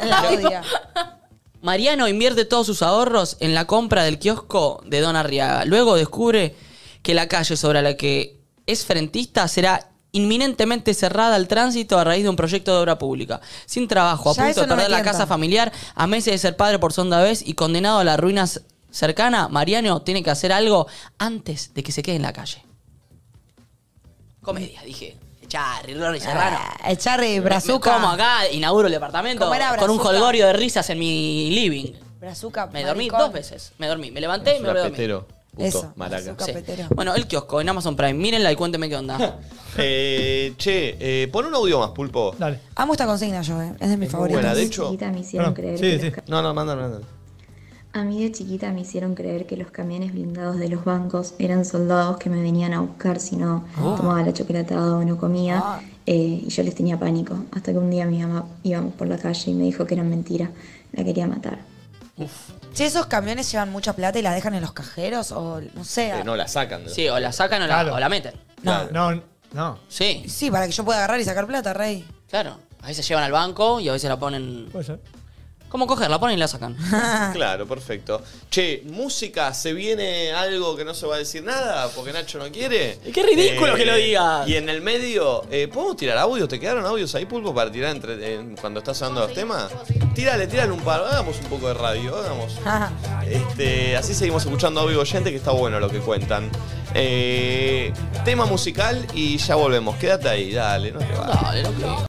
[SPEAKER 2] Mariano invierte todos sus ahorros en la compra del kiosco de Don Arriaga. Luego descubre que la calle sobre la que es frentista será inminentemente cerrada al tránsito a raíz de un proyecto de obra pública. Sin trabajo, a
[SPEAKER 4] Ya
[SPEAKER 2] punto
[SPEAKER 4] eso
[SPEAKER 2] de
[SPEAKER 4] no me
[SPEAKER 2] perder la
[SPEAKER 4] tienta.
[SPEAKER 2] casa familiar, a meses de ser padre por segunda vez y condenado a las ruinas cercana, Mariano tiene que hacer algo antes de que se quede en la calle. Comedia, dije. Charry, Rory Serrano.
[SPEAKER 4] eh, El Charry, Brazuca.
[SPEAKER 2] Como acá, inauguro el departamento
[SPEAKER 4] ¿Cómo era,
[SPEAKER 2] con un
[SPEAKER 4] Brazuca?
[SPEAKER 2] colgorio de risas en mi living.
[SPEAKER 4] Brazuca,
[SPEAKER 2] Me dormí
[SPEAKER 4] maricón.
[SPEAKER 2] dos veces. Me dormí, me levanté y me volví a dormir.
[SPEAKER 1] Petero. Puto,
[SPEAKER 2] Eso,
[SPEAKER 1] maraca.
[SPEAKER 2] Sí. Bueno, el kiosco en Amazon Prime. Mírenla y cuéntenme qué onda.
[SPEAKER 1] Eh, che, eh, pon un audio más, Pulpo.
[SPEAKER 5] Dale.
[SPEAKER 4] Amo esta consigna yo, eh. es de mis favoritos.
[SPEAKER 1] Buena, de hecho.
[SPEAKER 11] Chiquita, me hicieron Perdón. creer Sí, que sí. los
[SPEAKER 1] No, no, mándalo, mándalo.
[SPEAKER 11] A mí de chiquita me hicieron creer que los camiones blindados de los bancos eran soldados que me venían a buscar si no
[SPEAKER 1] Ah.
[SPEAKER 11] tomaba la chocolatada o no comía. eh, y yo les tenía pánico. Hasta que un día mi mamá íbamos por la calle y me dijo que era mentira. La quería matar.
[SPEAKER 4] Che, esos camiones llevan mucha plata y la dejan en los cajeros o no sé.
[SPEAKER 1] Eh, no, la sacan. de-
[SPEAKER 2] Sí, o la sacan o la, o la meten.
[SPEAKER 1] No,
[SPEAKER 5] no, no.
[SPEAKER 2] Sí.
[SPEAKER 4] Sí, para que yo pueda agarrar y sacar plata, rey.
[SPEAKER 2] Claro. A veces llevan al banco y a veces la ponen.
[SPEAKER 5] Puede ser.
[SPEAKER 2] ¿Cómo coger? La ponen y la sacan.
[SPEAKER 1] Claro, perfecto. Che, música, ¿se viene algo que no se va a decir nada porque Nacho no quiere? Eh,
[SPEAKER 2] qué ridículo que lo digas!
[SPEAKER 1] Y en el medio, eh, ¿podemos tirar audios? ¿Te quedaron audios ahí, Pulpo, para tirar entre, en- cuando estás sonando los temas? Tírale, tírale un par, hagamos un poco de radio, hagamos. Este, así seguimos escuchando audio oyente, que está bueno lo que cuentan. Eh, tema musical y ya volvemos. Quédate ahí, dale, no te vayas.
[SPEAKER 2] Dale, loco.